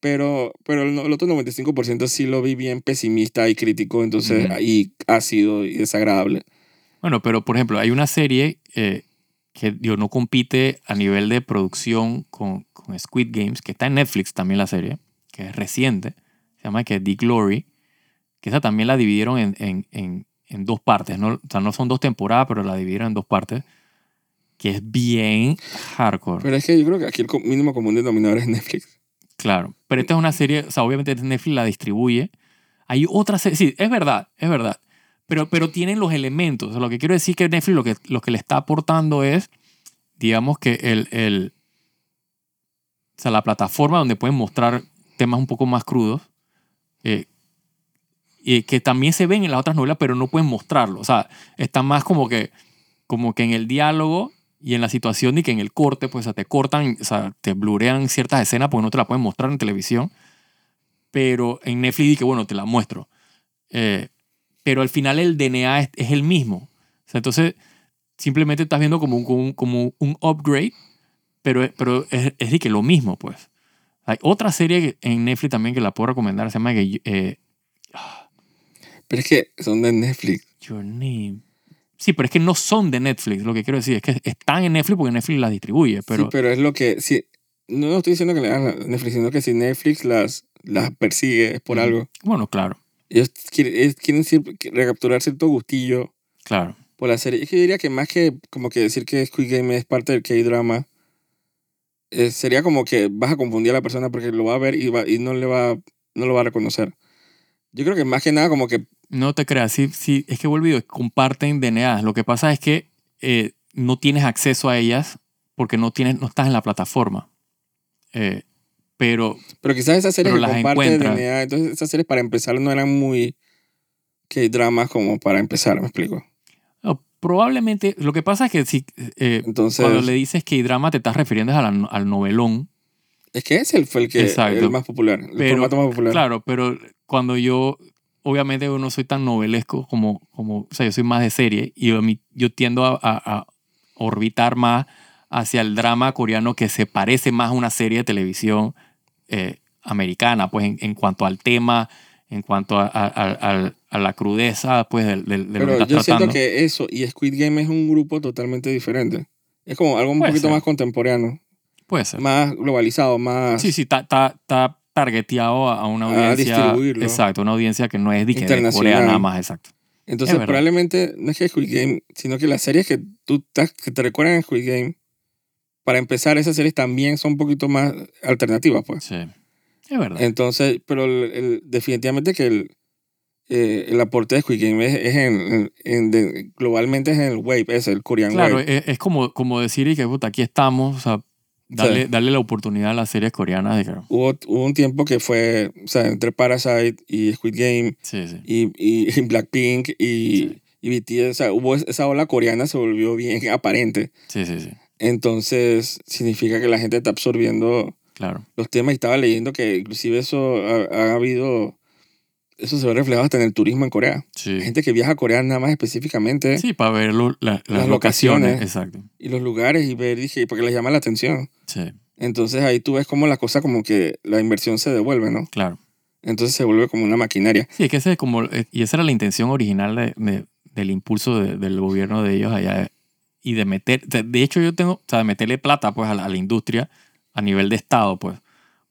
Speaker 1: Pero, pero el, no- el otro 95% sí lo vi bien pesimista y crítico, entonces,
Speaker 2: Ujú.
Speaker 1: y ácido y desagradable.
Speaker 2: Bueno, pero por ejemplo, hay una serie eh, que digo, no compite a nivel de producción con, con Squid Games, que está en Netflix también la serie, que es reciente, se llama que The Glory, que esa también la dividieron en, en- en- en dos partes, ¿no? o sea, no son dos temporadas, pero la dividieron en dos partes, que es bien hardcore.
Speaker 1: Pero es que yo creo que aquí el co- mínimo común denominador es Netflix.
Speaker 2: Claro, pero esta es una serie, o sea, obviamente Netflix la distribuye. Hay otra serie, sí, es verdad, es verdad, pero, pero tienen los elementos. O sea, lo que quiero decir es que Netflix lo que, lo que le está aportando es, digamos que el, el, o sea, la plataforma donde pueden mostrar temas un poco más crudos, eh, y que también se ven en las otras novelas, pero no pueden mostrarlo. O sea, está más como que, como que en el diálogo y en la situación y que en el corte, pues o sea, te cortan, o sea, te blurean ciertas escenas porque no te la pueden mostrar en televisión. Pero en Netflix dije, bueno, te la muestro. Eh, pero al final el DNA es, es el mismo. O sea, entonces, simplemente estás viendo como un, como un, como un upgrade, pero, pero es, es de que lo mismo, pues. Hay otra serie que- en Netflix también que la puedo recomendar, se llama que, eh,
Speaker 1: Pero es que son de Netflix.
Speaker 2: Your Name. Sí, pero es que no son de Netflix. Lo que quiero decir es que están en Netflix porque Netflix las distribuye. Pero,
Speaker 1: sí, pero es lo que... Si, no estoy diciendo que le hagan a Netflix, sino que si Netflix las, las persigue es por
Speaker 2: Ujú.
Speaker 1: algo.
Speaker 2: bueno, claro,
Speaker 1: Ellos quieren, ellos quieren siempre recapturar cierto gustillo
Speaker 2: claro.
Speaker 1: por la serie. Es que yo diría que más que como que decir que Squid Game es parte del K-drama, eh, sería como que vas a confundir a la persona porque lo va a ver y, va- y no, le va, no lo va a reconocer. Yo creo que más que nada como que
Speaker 2: No te creas, sí, sí, es que vuelvo y digo, comparten DNA. Lo que pasa es que eh, no tienes acceso a ellas porque no, tienes, no estás en la plataforma. Eh, pero,
Speaker 1: Pero quizás esas series
Speaker 2: Pero
Speaker 1: que
Speaker 2: las
Speaker 1: comparten
Speaker 2: encuentras.
Speaker 1: DNA, entonces esas series para empezar no eran muy K-dramas como para empezar, me explico.
Speaker 2: no, probablemente, lo que pasa es que si, eh,
Speaker 1: Entonces,
Speaker 2: cuando le dices que drama te estás refiriendo a la no- al novelón,
Speaker 1: es que ese fue el que
Speaker 2: Exacto.
Speaker 1: el más popular, el
Speaker 2: Pero,
Speaker 1: formato más popular.
Speaker 2: Claro, pero cuando yo, obviamente yo no soy tan novelesco como, como o sea, yo soy más de serie y yo, mi- yo tiendo a, a- a orbitar más hacia el drama coreano que se parece más a una serie de televisión eh, americana, pues en, en cuanto al tema, en cuanto a, a- a- al- a la crudeza, pues, del- del- de, lo
Speaker 1: Pero
Speaker 2: que
Speaker 1: yo
Speaker 2: estás
Speaker 1: siento
Speaker 2: tratando.
Speaker 1: que eso y Squid Game es un grupo totalmente diferente. Es como algo un
Speaker 2: Puede
Speaker 1: poquito
Speaker 2: ser.
Speaker 1: más contemporáneo,
Speaker 2: Puede ser.
Speaker 1: más globalizado, más
Speaker 2: Sí, sí, está, está, está targeteado a a una
Speaker 1: A
Speaker 2: audiencia.
Speaker 1: distribuirlo.
Speaker 2: exacto, una audiencia que no es de, que de Corea
Speaker 1: Internacional.
Speaker 2: nada más, exacto.
Speaker 1: Entonces,
Speaker 2: Es verdad.
Speaker 1: probablemente no es que Squid Game, sino que las series que tú te, que te recuerdan a Squid Game, para empezar, esas series también son un poquito más alternativas, pues.
Speaker 2: Sí. Es verdad.
Speaker 1: Entonces, pero el- el- definitivamente que el, eh, el aporte de Squid Game es, es en, en- en- de- globalmente es en el wave, es el Korean
Speaker 2: Claro, e-,
Speaker 1: wave.
Speaker 2: es, es como, como decir y que puta, aquí estamos, o sea, darle,
Speaker 1: Sí.
Speaker 2: darle la oportunidad a las series coreanas. De que,
Speaker 1: Hubo, hubo un tiempo que fue, o sea, entre Parasite y Squid Game
Speaker 2: sí, sí.
Speaker 1: y, y Blackpink y,
Speaker 2: Sí.
Speaker 1: y BTS, o sea, hubo es- esa ola coreana se volvió bien aparente.
Speaker 2: Sí, sí, sí.
Speaker 1: Entonces, significa que la gente está absorbiendo
Speaker 2: Claro.
Speaker 1: los temas y estaba leyendo que inclusive eso ha, ha habido, eso se ve reflejado hasta en el turismo en Corea.
Speaker 2: Sí.
Speaker 1: Hay gente que viaja a Corea nada más específicamente
Speaker 2: Sí, para ver lo- la- las,
Speaker 1: Las
Speaker 2: locaciones.
Speaker 1: locaciones.
Speaker 2: Exacto.
Speaker 1: y los lugares y ver, dije, porque les llama la atención.
Speaker 2: Sí,
Speaker 1: Entonces ahí tú ves como la cosa como que la inversión se devuelve, ¿no?
Speaker 2: claro.
Speaker 1: Entonces se vuelve como una maquinaria.
Speaker 2: Sí, es que ese es como, eh, y esa era la intención original de- de- del impulso de- del gobierno de ellos allá. eh, Y de meter, de, de hecho yo tengo, o sea, de meterle plata pues a la, a la industria a nivel de Estado, pues,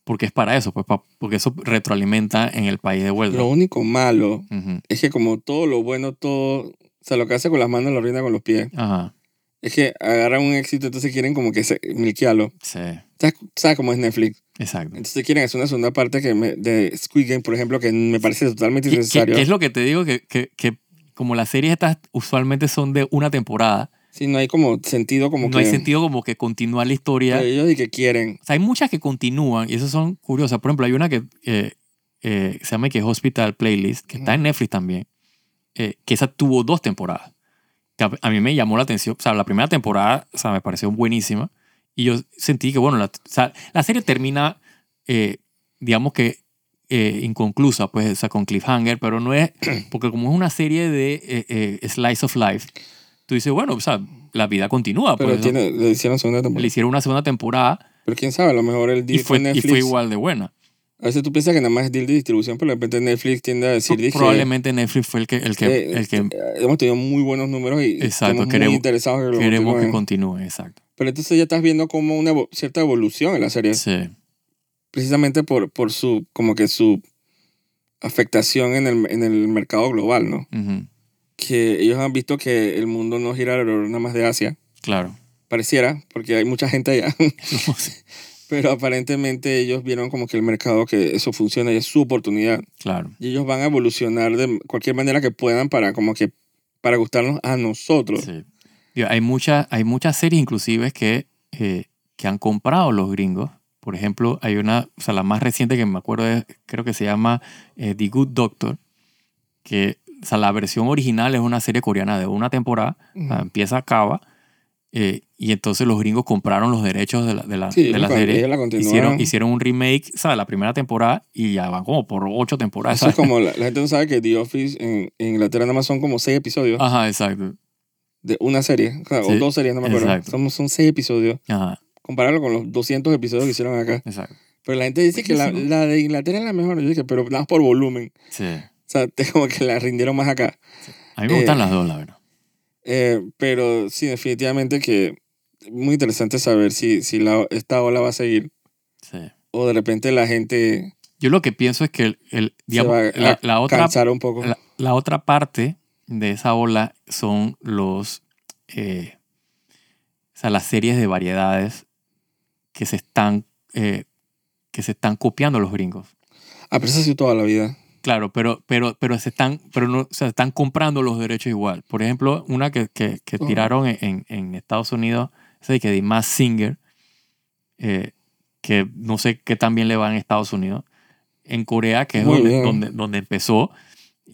Speaker 2: porque es para eso, pues, pa- porque eso retroalimenta en el país de vuelta.
Speaker 1: Lo único malo
Speaker 2: Ujú.
Speaker 1: es que como todo lo bueno, todo, o sea, lo que hace con las manos lo rinda con los pies.
Speaker 2: Ajá,
Speaker 1: Es que agarran un éxito, entonces quieren como que se, milquearlo.
Speaker 2: sí,
Speaker 1: ¿Sabes, ¿Sabes cómo es Netflix?
Speaker 2: exacto.
Speaker 1: Entonces quieren hacer una segunda parte que me- de Squid Game, por ejemplo, que me parece totalmente
Speaker 2: ¿Qué- qué-
Speaker 1: innecesario.
Speaker 2: qué es lo que te digo? Que, que, que como las series estas usualmente son de una temporada,
Speaker 1: Sí, no hay como sentido como
Speaker 2: no
Speaker 1: que...
Speaker 2: hay sentido como que continuar la historia.
Speaker 1: de ellos y que quieren.
Speaker 2: O sea, hay muchas que continúan y esas son curiosas. Por ejemplo, hay una que eh, eh, se llama que Hospital Playlist, que está en Netflix también, eh, que esa tuvo dos temporadas. Que a, a mí me llamó la atención. O sea, la primera temporada, o sea, me pareció buenísima. Y yo sentí que, bueno, la, o sea, la serie termina, eh, digamos que eh, inconclusa, pues, o sea, con cliffhanger, pero no es, porque como es una serie de eh, eh, slice of life, tú dices, bueno, o sea, la vida continúa.
Speaker 1: Pero
Speaker 2: Pues,
Speaker 1: tiene, le hicieron segunda temporada.
Speaker 2: le hicieron una segunda temporada
Speaker 1: Pero quién sabe, a lo mejor el
Speaker 2: y
Speaker 1: deal
Speaker 2: fue,
Speaker 1: con
Speaker 2: y
Speaker 1: Netflix.
Speaker 2: fue igual de buena.
Speaker 1: A veces tú piensas que nada más es deal de distribución, pero de repente Netflix tiende a decir, dije,
Speaker 2: Probablemente Netflix fue el que, el que,
Speaker 1: eh,
Speaker 2: el que
Speaker 1: eh, hemos tenido muy buenos números y
Speaker 2: Exacto,
Speaker 1: estamos
Speaker 2: queremos-
Speaker 1: muy interesados en que lo
Speaker 2: queremos que
Speaker 1: continúen.
Speaker 2: continúe, exacto.
Speaker 1: Pero entonces ya estás viendo como una evo- cierta evolución en la serie,
Speaker 2: Sí,
Speaker 1: precisamente por, por su, como que su afectación en el, en el mercado global, ¿no?
Speaker 2: ujú,
Speaker 1: Que ellos han visto que el mundo no gira alrededor nada más de Asia,
Speaker 2: claro.
Speaker 1: pareciera, porque hay mucha gente allá. Pero aparentemente ellos vieron como que el mercado, que eso funciona y es su oportunidad.
Speaker 2: claro,
Speaker 1: Y ellos van a evolucionar de cualquier manera que puedan para como que para gustarnos a nosotros.
Speaker 2: sí. Digo, hay, muchas hay muchas series inclusive que, eh, que han comprado los gringos. Por ejemplo, hay una, o sea, la más reciente que me acuerdo es, creo que se llama eh, The Good Doctor, que, o sea, la versión original es una serie coreana de una temporada, o
Speaker 1: Mm.
Speaker 2: sea, empieza, acaba, eh, y entonces los gringos compraron los derechos de la, de la,
Speaker 1: Sí,
Speaker 2: de
Speaker 1: ellos
Speaker 2: la
Speaker 1: la-
Speaker 2: serie.
Speaker 1: ellos la continúan.
Speaker 2: Hicieron, hicieron un remake, ¿sabes? La primera temporada y ya van como por ocho temporadas.
Speaker 1: Eso es
Speaker 2: ¿sabes?
Speaker 1: como la, la gente no sabe que The Office en, en Inglaterra nada más son como seis episodios
Speaker 2: Ajá, exacto.
Speaker 1: de una serie, o, sea, o
Speaker 2: Ah. Sí,
Speaker 1: dos series, no me acuerdo.
Speaker 2: exacto.
Speaker 1: Somos, son seis episodios.
Speaker 2: Ajá,
Speaker 1: Compararlo con los 200 episodios que hicieron acá.
Speaker 2: exacto.
Speaker 1: Pero la gente dice que la,
Speaker 2: Buenísimo.
Speaker 1: la de Inglaterra es la mejor. Yo dije, pero nada más por volumen.
Speaker 2: Sí.
Speaker 1: O sea, es como que la rindieron más acá.
Speaker 2: A mí me
Speaker 1: Eh,
Speaker 2: gustan las dos, la verdad.
Speaker 1: Eh, pero sí, definitivamente que muy interesante saber si, si la, esta ola va a seguir
Speaker 2: Sí.
Speaker 1: o de repente la gente
Speaker 2: Yo lo que pienso es que el, el- digamos,
Speaker 1: va
Speaker 2: la,
Speaker 1: a
Speaker 2: la otra,
Speaker 1: cansará un poco.
Speaker 2: la, la otra parte de esa ola son los, eh, o sea, las series de variedades que se están, eh, que se están copiando los gringos.
Speaker 1: Ah, pero eso ha sido toda la vida.
Speaker 2: Claro, pero, pero, pero se están, pero no, o sea, están comprando los derechos igual. Por ejemplo, una que, que, que
Speaker 1: Ujú.
Speaker 2: tiraron en, en- en Estados Unidos, sé que de más Singer, eh, que no sé qué tan bien le va en Estados Unidos, en Corea, que es
Speaker 1: Muy
Speaker 2: donde,
Speaker 1: bien.
Speaker 2: donde, donde empezó,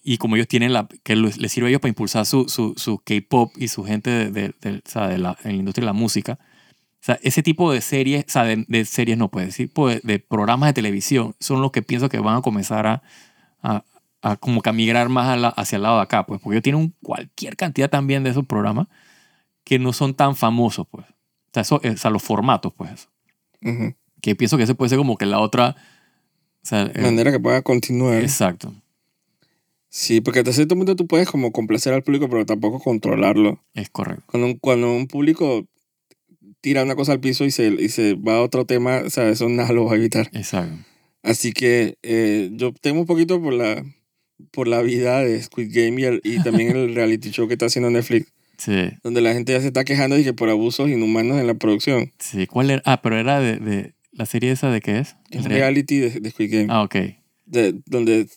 Speaker 2: y como ellos tienen la, que les les sirve a ellos para impulsar su, su, su K-pop y su gente de, de- de- o sea, de la, en la industria de la música. O sea, ese tipo de series, o sea, de, de series no puede decir, pues, de programas de televisión son los que pienso que van a comenzar a, a, a como que a migrar más a la- hacia el lado de acá, pues, porque ellos tienen un- cualquier cantidad también de esos programas que no son tan famosos, pues. O sea, eso- o sea, los formatos, pues.
Speaker 1: Ujú.
Speaker 2: Que pienso que ese puede ser como que la otra... o sea, el-
Speaker 1: Manera que pueda continuar.
Speaker 2: exacto,
Speaker 1: Sí, porque hasta cierto punto tú puedes como complacer al público, pero tampoco controlarlo.
Speaker 2: es correcto.
Speaker 1: Cuando un, cuando un público tira una cosa al piso y se, y se va a otro tema, o sea, eso nada lo va a evitar.
Speaker 2: Exacto.
Speaker 1: Así que eh, yo temo un poquito por la, por la vida de Squid Game y, el- y también el reality show que está haciendo Netflix,
Speaker 2: Sí,
Speaker 1: donde la gente ya se está quejando de que por abusos inhumanos en la producción.
Speaker 2: sí. ¿Cuál era? Ah, pero era de, de la serie esa de qué es?
Speaker 1: Es un
Speaker 2: Real-
Speaker 1: reality de, de Squid Game,
Speaker 2: Ah, ok.
Speaker 1: de- donde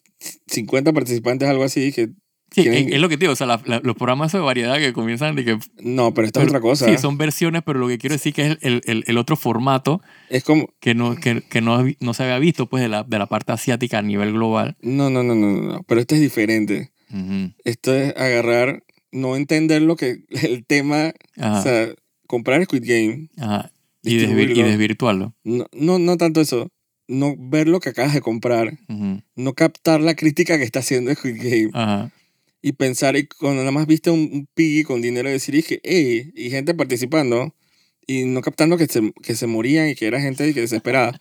Speaker 1: 50 participantes, algo así, que
Speaker 2: Sí,
Speaker 1: Tienen-
Speaker 2: es, es lo que te digo, o sea, la- la- los programas de variedad que comienzan de que...
Speaker 1: no, pero esta es
Speaker 2: pero-
Speaker 1: otra cosa.
Speaker 2: Sí, son versiones, pero lo que quiero decir que es el- el- el otro formato
Speaker 1: Es como,
Speaker 2: que no, que, que no, hab- no se había visto pues de la, de la parte asiática a nivel global.
Speaker 1: no, no, no, no, no, no, pero esto es diferente.
Speaker 2: Ujú.
Speaker 1: Esto es agarrar, no entender lo que el tema,
Speaker 2: Ajá,
Speaker 1: o sea, comprar Squid Game
Speaker 2: ajá. Y, desvir- y
Speaker 1: distribuirlo.
Speaker 2: desvirtuarlo.
Speaker 1: No, no, no tanto eso. No ver lo que acabas de comprar.
Speaker 2: Ujú.
Speaker 1: No captar la crítica que está haciendo Squid Game.
Speaker 2: Ajá.
Speaker 1: Y pensar, y cuando nada más viste un, un piggy con dinero, decir, y que, "Ey", y gente participando, y no captando que se, que se morían y que era gente que desesperada.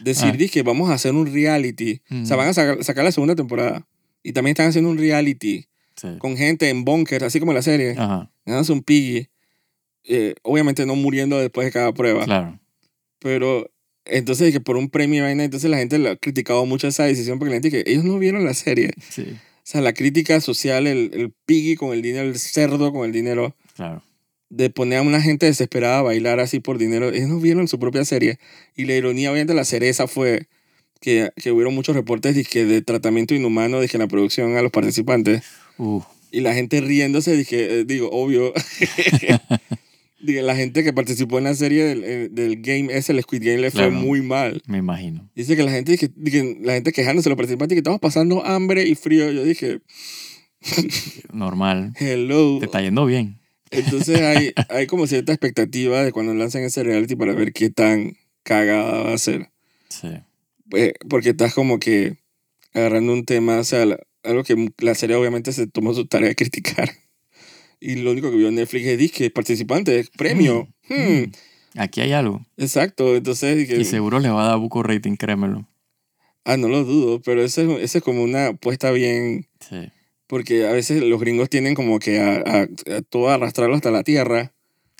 Speaker 1: Decir,
Speaker 2: Ah. Mm.
Speaker 1: dije, vamos a hacer un reality. O sea,
Speaker 2: Ujú.
Speaker 1: van a saca- sacar la segunda temporada. Y también están haciendo un reality
Speaker 2: Sí.
Speaker 1: con gente en búnker, así como la serie.
Speaker 2: Ajá.
Speaker 1: Nada más un piggy. Eh, obviamente no muriendo después de cada prueba.
Speaker 2: Claro.
Speaker 1: Pero entonces, que por un premio y vaina, entonces la gente la ha criticado mucho esa decisión porque la gente que ellos no vieron la serie.
Speaker 2: Sí.
Speaker 1: O sea, la crítica social, el, el piggy con el dinero, el cerdo con el dinero,
Speaker 2: Claro.
Speaker 1: de poner a una gente desesperada a bailar así por dinero, ellos no vieron su propia serie. Y la ironía, obviamente, la cereza fue que, que hubieron muchos reportes de, que de tratamiento inhumano de que en la producción a los participantes
Speaker 2: Uh,
Speaker 1: y la gente riéndose, dije, eh, digo, obvio. Dije, la gente que participó en la serie del, eh, del game ese, el Squid Game, le
Speaker 2: Claro.
Speaker 1: fue muy mal.
Speaker 2: me imagino.
Speaker 1: Dice que la gente, que, que la gente quejándose, los participantes, que estamos pasando hambre y frío. Yo dije,
Speaker 2: Normal.
Speaker 1: hello.
Speaker 2: Te está yendo bien.
Speaker 1: Entonces hay, hay como cierta expectativa de cuando lanzan ese reality para ver qué tan cagada va a ser.
Speaker 2: Sí.
Speaker 1: Eh, Porque estás como que agarrando un tema, o sea, la- algo que la serie obviamente se tomó su tarea de criticar. Y lo único que vio Netflix es, dije, participantes, premio. Hmm,
Speaker 2: Mm. Aquí hay algo.
Speaker 1: Exacto, entonces dije,
Speaker 2: Y seguro le va a dar buco rating, créemelo.
Speaker 1: ah, no lo dudo, pero eso es, eso es como una apuesta bien...
Speaker 2: Sí.
Speaker 1: Porque a veces los gringos tienen como que a, a- a todo arrastrarlo hasta la tierra,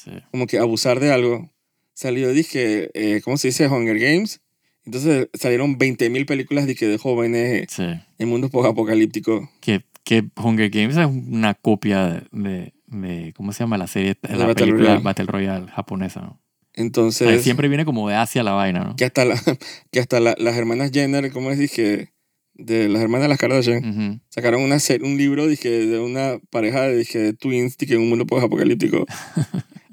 Speaker 2: Sí.
Speaker 1: como que abusar de algo. Salió, dije, eh, ¿cómo se dice? Hunger Games. Entonces salieron 20.000 películas dizque, de jóvenes eh,
Speaker 2: Sí.
Speaker 1: en mundos apocalípticos.
Speaker 2: Que, que Hunger Games es una copia de, de- ¿cómo se llama la serie?
Speaker 1: De
Speaker 2: la
Speaker 1: Battle
Speaker 2: película
Speaker 1: Royale.
Speaker 2: Battle Royale japonesa, ¿no? O sea,
Speaker 1: Entonces,
Speaker 2: siempre viene como de Asia la vaina, ¿no?
Speaker 1: que hasta, la- que hasta la- las hermanas Jenner, ¿cómo es? Dije, de las hermanas de las Kardashian,
Speaker 2: Ujú.
Speaker 1: sacaron una, se- un libro dizque, de una pareja de, dizque, de twins dizque, en un mundo apocalíptico.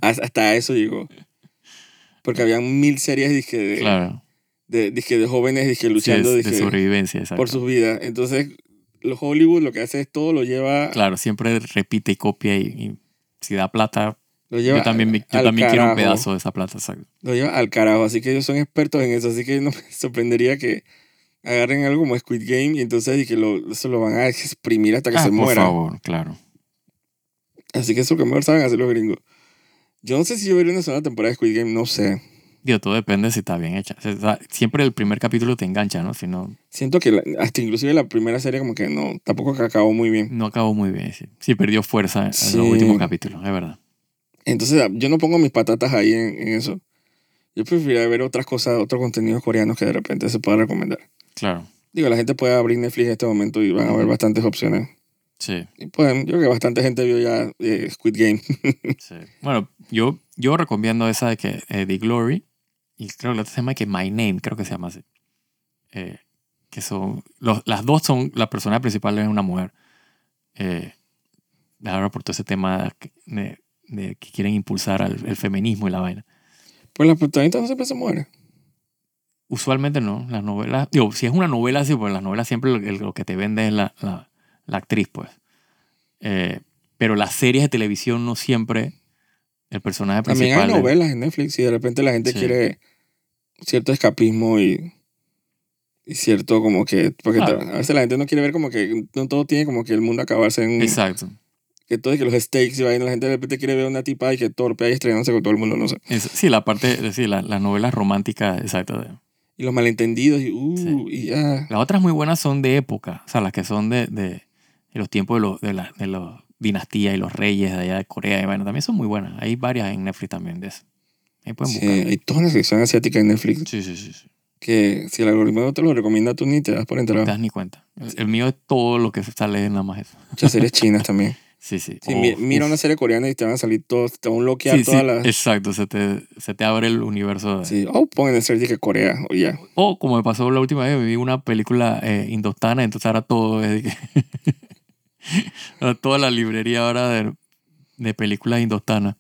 Speaker 1: hasta eso llegó. Porque habían mil series dizque, de...
Speaker 2: Claro.
Speaker 1: de, dizque de jóvenes dizque,
Speaker 2: Sí, es
Speaker 1: Eh, luchando
Speaker 2: de,
Speaker 1: dizque,
Speaker 2: sobrevivencia, exacto.
Speaker 1: por sus vidas. Entonces, los Hollywood lo que hace es todo lo lleva,
Speaker 2: Claro, siempre repite y copia y, y si da plata,
Speaker 1: lo lleva
Speaker 2: yo también, me- yo
Speaker 1: al
Speaker 2: también quiero un
Speaker 1: carajo.
Speaker 2: pedazo de esa plata, exacto.
Speaker 1: Lo lleva al carajo. Así que ellos son expertos en eso. Así que no me sorprendería que agarren algo como Squid Game y entonces y que lo, eso lo van a exprimir hasta que
Speaker 2: Ah,
Speaker 1: se
Speaker 2: por
Speaker 1: muera.
Speaker 2: favor, claro.
Speaker 1: Así que eso es lo que mejor saben hacer los gringos. Yo no sé si yo veré una sola temporada de Squid Game, no sé.
Speaker 2: Digo, todo depende si está bien hecha. O sea, siempre el primer capítulo te engancha, ¿no? Si no,
Speaker 1: Siento que la- hasta inclusive la primera serie como que no, tampoco que acabó muy bien.
Speaker 2: no acabó muy bien. Sí, Sí, perdió fuerza en
Speaker 1: Sí.
Speaker 2: los últimos capítulos, es verdad.
Speaker 1: Entonces, ah, yo no pongo mis patatas ahí en, en eso. Yo preferiría ver otras cosas, otros contenidos coreanos que de repente se pueda recomendar.
Speaker 2: Claro,
Speaker 1: Digo, la gente puede abrir Netflix en este momento y van a ver bastantes opciones.
Speaker 2: sí,
Speaker 1: Y pueden, yo creo que bastante gente vio ya eh, Squid Game.
Speaker 2: sí. Bueno, yo, yo recomiendo esa de que eh, The Glory y creo que la otra se llama que My Name, creo que se llama así. Eh, que son, los- las dos son, la persona principal es una mujer. Eh, ahora por todo ese tema que- de, de que quieren impulsar al el feminismo y la vaina.
Speaker 1: Pues las protagonistas no siempre se mueren.
Speaker 2: Usualmente no, las novelas, digo, si es una novela así, pues las novelas siempre lo, el- lo que te vende es la, la- la actriz, pues. Eh, pero las series de televisión no siempre el personaje
Speaker 1: También
Speaker 2: principal.
Speaker 1: hay
Speaker 2: es-
Speaker 1: novelas en Netflix y de repente la gente
Speaker 2: Sí.
Speaker 1: quiere cierto escapismo y, y cierto como que... Porque
Speaker 2: Claro.
Speaker 1: ta- a veces la gente no quiere ver como que no todo tiene como que el mundo acabarse en...
Speaker 2: Exacto.
Speaker 1: Que todo es que los stakes y vaina, la gente de repente quiere ver una tipa y que torpe ahí estrenándose con todo el mundo, no sé.
Speaker 2: Es- sí, la parte, sí, la- las novelas románticas, exacto. de-
Speaker 1: Y los malentendidos y... Uh, y ya.
Speaker 2: Las otras muy buenas son de época, o sea, las que son de, de- de los tiempos de los de la- de los dinastías y los reyes de allá de Corea. Y bueno, también son muy buenas. Hay varias en Netflix también de eso. Ahí pueden
Speaker 1: Sí,
Speaker 2: buscar.
Speaker 1: hay toda una sección asiática en Netflix
Speaker 2: Sí, sí, sí. sí.
Speaker 1: que si el algoritmo no te lo recomienda, tú ni te das por
Speaker 2: No te
Speaker 1: enterado.
Speaker 2: das ni cuenta. El, el mío es todo lo que sale nada más eso.
Speaker 1: Muchas series chinas también.
Speaker 2: Sí, sí.
Speaker 1: Si
Speaker 2: Oh,
Speaker 1: mi- mira
Speaker 2: uf.
Speaker 1: una serie coreana y te van a salir todos, te van a bloquear
Speaker 2: Sí, sí,
Speaker 1: todas las...
Speaker 2: exacto. Se te, se te abre el universo. de-
Speaker 1: Sí, oh, pongan el serie que Corea, o ya.
Speaker 2: O como me pasó la última vez, vi una película eh, indostana, entonces ahora todo es de que- ahora toda la librería ahora de, de películas indostanas.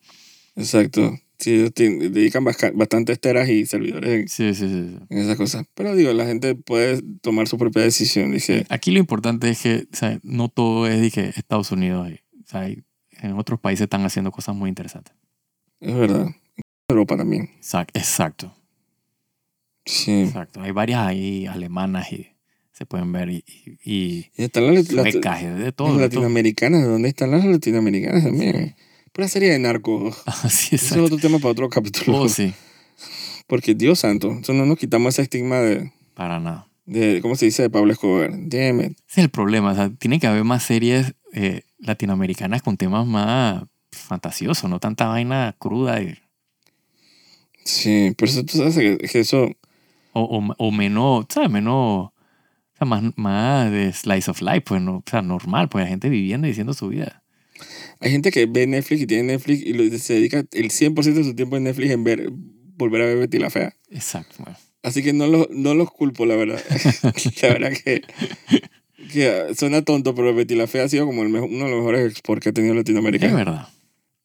Speaker 1: Exacto. Sí, ellos te- dedican basca- bastantes teras y servidores
Speaker 2: Sí, sí, sí. sí.
Speaker 1: en, en esas cosas. Pero digo, la gente puede tomar su propia decisión. Dije,
Speaker 2: Aquí lo importante es que o sea, no todo es de que Estados Unidos. eh. O sea, hay- en otros países están haciendo cosas muy interesantes.
Speaker 1: es verdad. Europa también.
Speaker 2: Exac- Exacto.
Speaker 1: Sí.
Speaker 2: Exacto. Hay varias ahí alemanas y se pueden ver y, y, y
Speaker 1: Y están las, las-
Speaker 2: suecas, y de
Speaker 1: las
Speaker 2: todo. de todo.
Speaker 1: latinoamericanas, ¿de dónde están las latinoamericanas también? Pura serie de narcos. Eso
Speaker 2: Sí,
Speaker 1: es
Speaker 2: exacto.
Speaker 1: otro tema para otro capítulo.
Speaker 2: Oh, sí.
Speaker 1: Porque Dios santo, entonces no nos quitamos ese estigma de,
Speaker 2: Para nada.
Speaker 1: de ¿cómo se dice? De Pablo Escobar. Damn it.
Speaker 2: Ese es el problema. O sea, tiene que haber más series eh, latinoamericanas con temas más fantasiosos, no tanta vaina cruda y-
Speaker 1: Sí, pero eso tú sabes que, que eso...
Speaker 2: o, o- o menos, ¿sabes? Menos, o sea, más, más de slice of life, pues, no, o sea, normal, pues, la gente viviendo y diciendo su vida.
Speaker 1: Hay gente que ve Netflix y tiene Netflix y lo- se dedica el 100% de su tiempo en Netflix en ver, volver a ver Betty la Fea.
Speaker 2: Exacto. bueno.
Speaker 1: Así que no los, no los culpo, la verdad. la verdad que, que ah, suena tonto, pero Betty la Fea ha sido como el mejo- uno de los mejores exports que ha tenido
Speaker 2: Es
Speaker 1: Latinoamérica.
Speaker 2: verdad.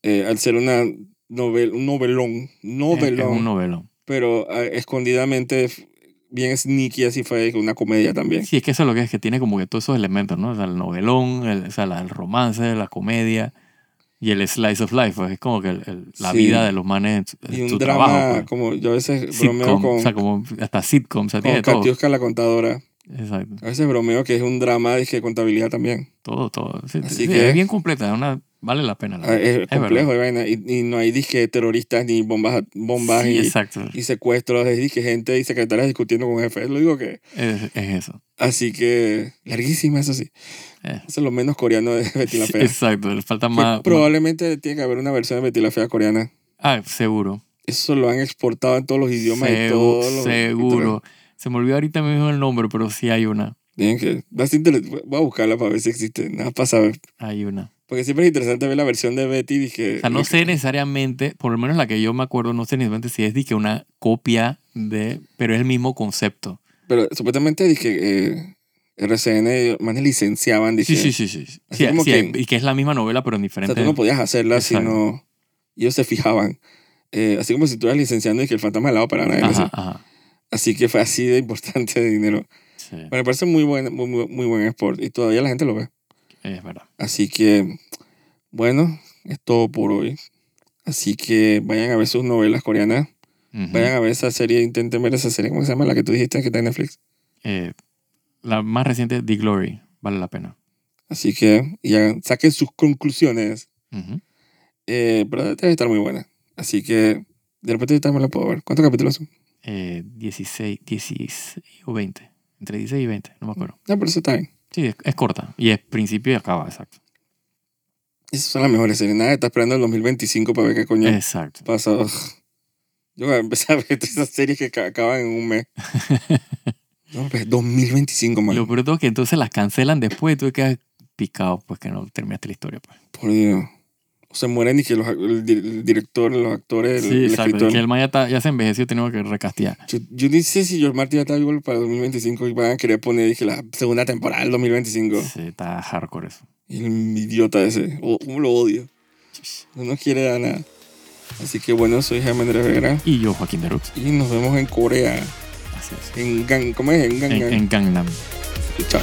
Speaker 1: Eh, al ser una novel, un novelón,
Speaker 2: Es, es
Speaker 1: novelón,
Speaker 2: un novelón.
Speaker 1: pero ah, escondidamente f- bien sneaky, así fue una comedia también.
Speaker 2: Sí, es que eso es lo que es, que tiene como que todos esos elementos, ¿no? O sea, el novelón, el, o sea, la- el romance, la comedia y el slice of life, pues, es como que el- el- la
Speaker 1: Sí.
Speaker 2: vida de los manes, en
Speaker 1: Y
Speaker 2: su
Speaker 1: un drama,
Speaker 2: trabajo. pues.
Speaker 1: como yo a veces bromeo
Speaker 2: Sitcom,
Speaker 1: con,
Speaker 2: o sea, como hasta sitcom, o sea, tiene
Speaker 1: con
Speaker 2: de todo.
Speaker 1: Katiuska la contadora.
Speaker 2: Exacto.
Speaker 1: A veces bromeo que es un drama de que contabilidad también.
Speaker 2: Todo, todo. Sí,
Speaker 1: Así
Speaker 2: sí,
Speaker 1: que-
Speaker 2: es bien completa, es una, vale la pena. la
Speaker 1: Ah,
Speaker 2: verdad.
Speaker 1: Es complejo, de
Speaker 2: verdad.
Speaker 1: vaina. Y, y no hay disque terroristas ni bombas, bombas
Speaker 2: Sí,
Speaker 1: y,
Speaker 2: exacto.
Speaker 1: y secuestros, es decir, que gente y secretarias discutiendo con jefes, lo digo que.
Speaker 2: Es, es eso.
Speaker 1: Así que, larguísima, eso sí.
Speaker 2: Eh.
Speaker 1: Eso es lo menos coreano de Betty la
Speaker 2: Sí,
Speaker 1: Fea.
Speaker 2: exacto, le falta
Speaker 1: Que
Speaker 2: más. más-
Speaker 1: probablemente tiene que haber una versión de Betty la Fea coreana.
Speaker 2: Ah, seguro.
Speaker 1: Eso lo han exportado en todos los idiomas y
Speaker 2: Segu-
Speaker 1: todos los.
Speaker 2: seguro. Se me olvidó ahorita mismo el nombre, pero sí hay una.
Speaker 1: Tienen que. that's inter- Voy a buscarla para ver si existe. Nada para saber.
Speaker 2: Hay una.
Speaker 1: Porque siempre es interesante ver la versión de Betty. Dije,
Speaker 2: O sea, no sé necesariamente, por lo menos la que yo me acuerdo, no sé necesariamente si es de que una copia de, pero es el mismo concepto.
Speaker 1: Pero supuestamente dije. Eh, RCN, manes licenciaban. Dije,
Speaker 2: Sí, sí, sí, sí. sí.
Speaker 1: Así
Speaker 2: Sí,
Speaker 1: como
Speaker 2: sí,
Speaker 1: que-
Speaker 2: y que es la misma novela, pero
Speaker 1: O
Speaker 2: en
Speaker 1: sea,
Speaker 2: diferente.
Speaker 1: tú no podías hacerla si
Speaker 2: Exacto.
Speaker 1: no... Ellos se fijaban. Eh, así como si tú eras licenciando y que el fantasma de la ópera, ¿no?
Speaker 2: ajá,
Speaker 1: así.
Speaker 2: ajá.
Speaker 1: Así que fue así de importante de dinero.
Speaker 2: Sí,
Speaker 1: Pero me parece muy buen, muy, muy- muy buen sport y todavía la gente lo ve.
Speaker 2: es verdad.
Speaker 1: Así que, bueno, es todo por hoy. Así que vayan a ver sus novelas coreanas.
Speaker 2: Ujú.
Speaker 1: Vayan a ver esa serie, intenten ver esa serie, ¿cómo se llama? La que tú dijiste que está en Netflix.
Speaker 2: Eh, la más reciente, The Glory, vale la pena.
Speaker 1: Así que ya saquen sus conclusiones.
Speaker 2: Ujú.
Speaker 1: Eh, pero debe estar muy buena. Así que, de repente yo también la puedo ver. ¿Cuántos capítulos son?
Speaker 2: Eh, 16, 16 o 20. Entre 16 y 20, no me acuerdo.
Speaker 1: No, pero eso está bien.
Speaker 2: Sí, es, es corta. Y es principio y acaba, exacto.
Speaker 1: Esas son las mejores series. Nada, está esperando el 2025 para ver qué coño
Speaker 2: Exacto.
Speaker 1: pasa. Ugh. Yo voy a empezar a ver todas esas series que ca- acaban en un mes. No, pues 2025,
Speaker 2: Y
Speaker 1: man.
Speaker 2: lo peor de todo es que entonces las cancelan después y tú quedas picado, pues que no terminaste la historia. Pues.
Speaker 1: Por Dios. O se mueren y que los, el, di- el director, los actores, el,
Speaker 2: sí,
Speaker 1: el
Speaker 2: exacto.
Speaker 1: escritor.
Speaker 2: Que el man ya, está- ya se envejeció y tenemos que recastear.
Speaker 1: Yo, yo ni sé si George Martin ya está vivo para 2025 y van a querer poner dije, la segunda temporada del 2025.
Speaker 2: Sí, está hardcore eso.
Speaker 1: El idiota ese. O- ¿Cómo lo odio? No nos quiere dar nada. Así que bueno, soy Jaime Andrés Vera
Speaker 2: Y yo, Joaquín Derux.
Speaker 1: y nos vemos en Corea.
Speaker 2: Así es.
Speaker 1: En Gang, ¿Cómo es? En Gangnam.
Speaker 2: En, en Gangnam.
Speaker 1: Chao.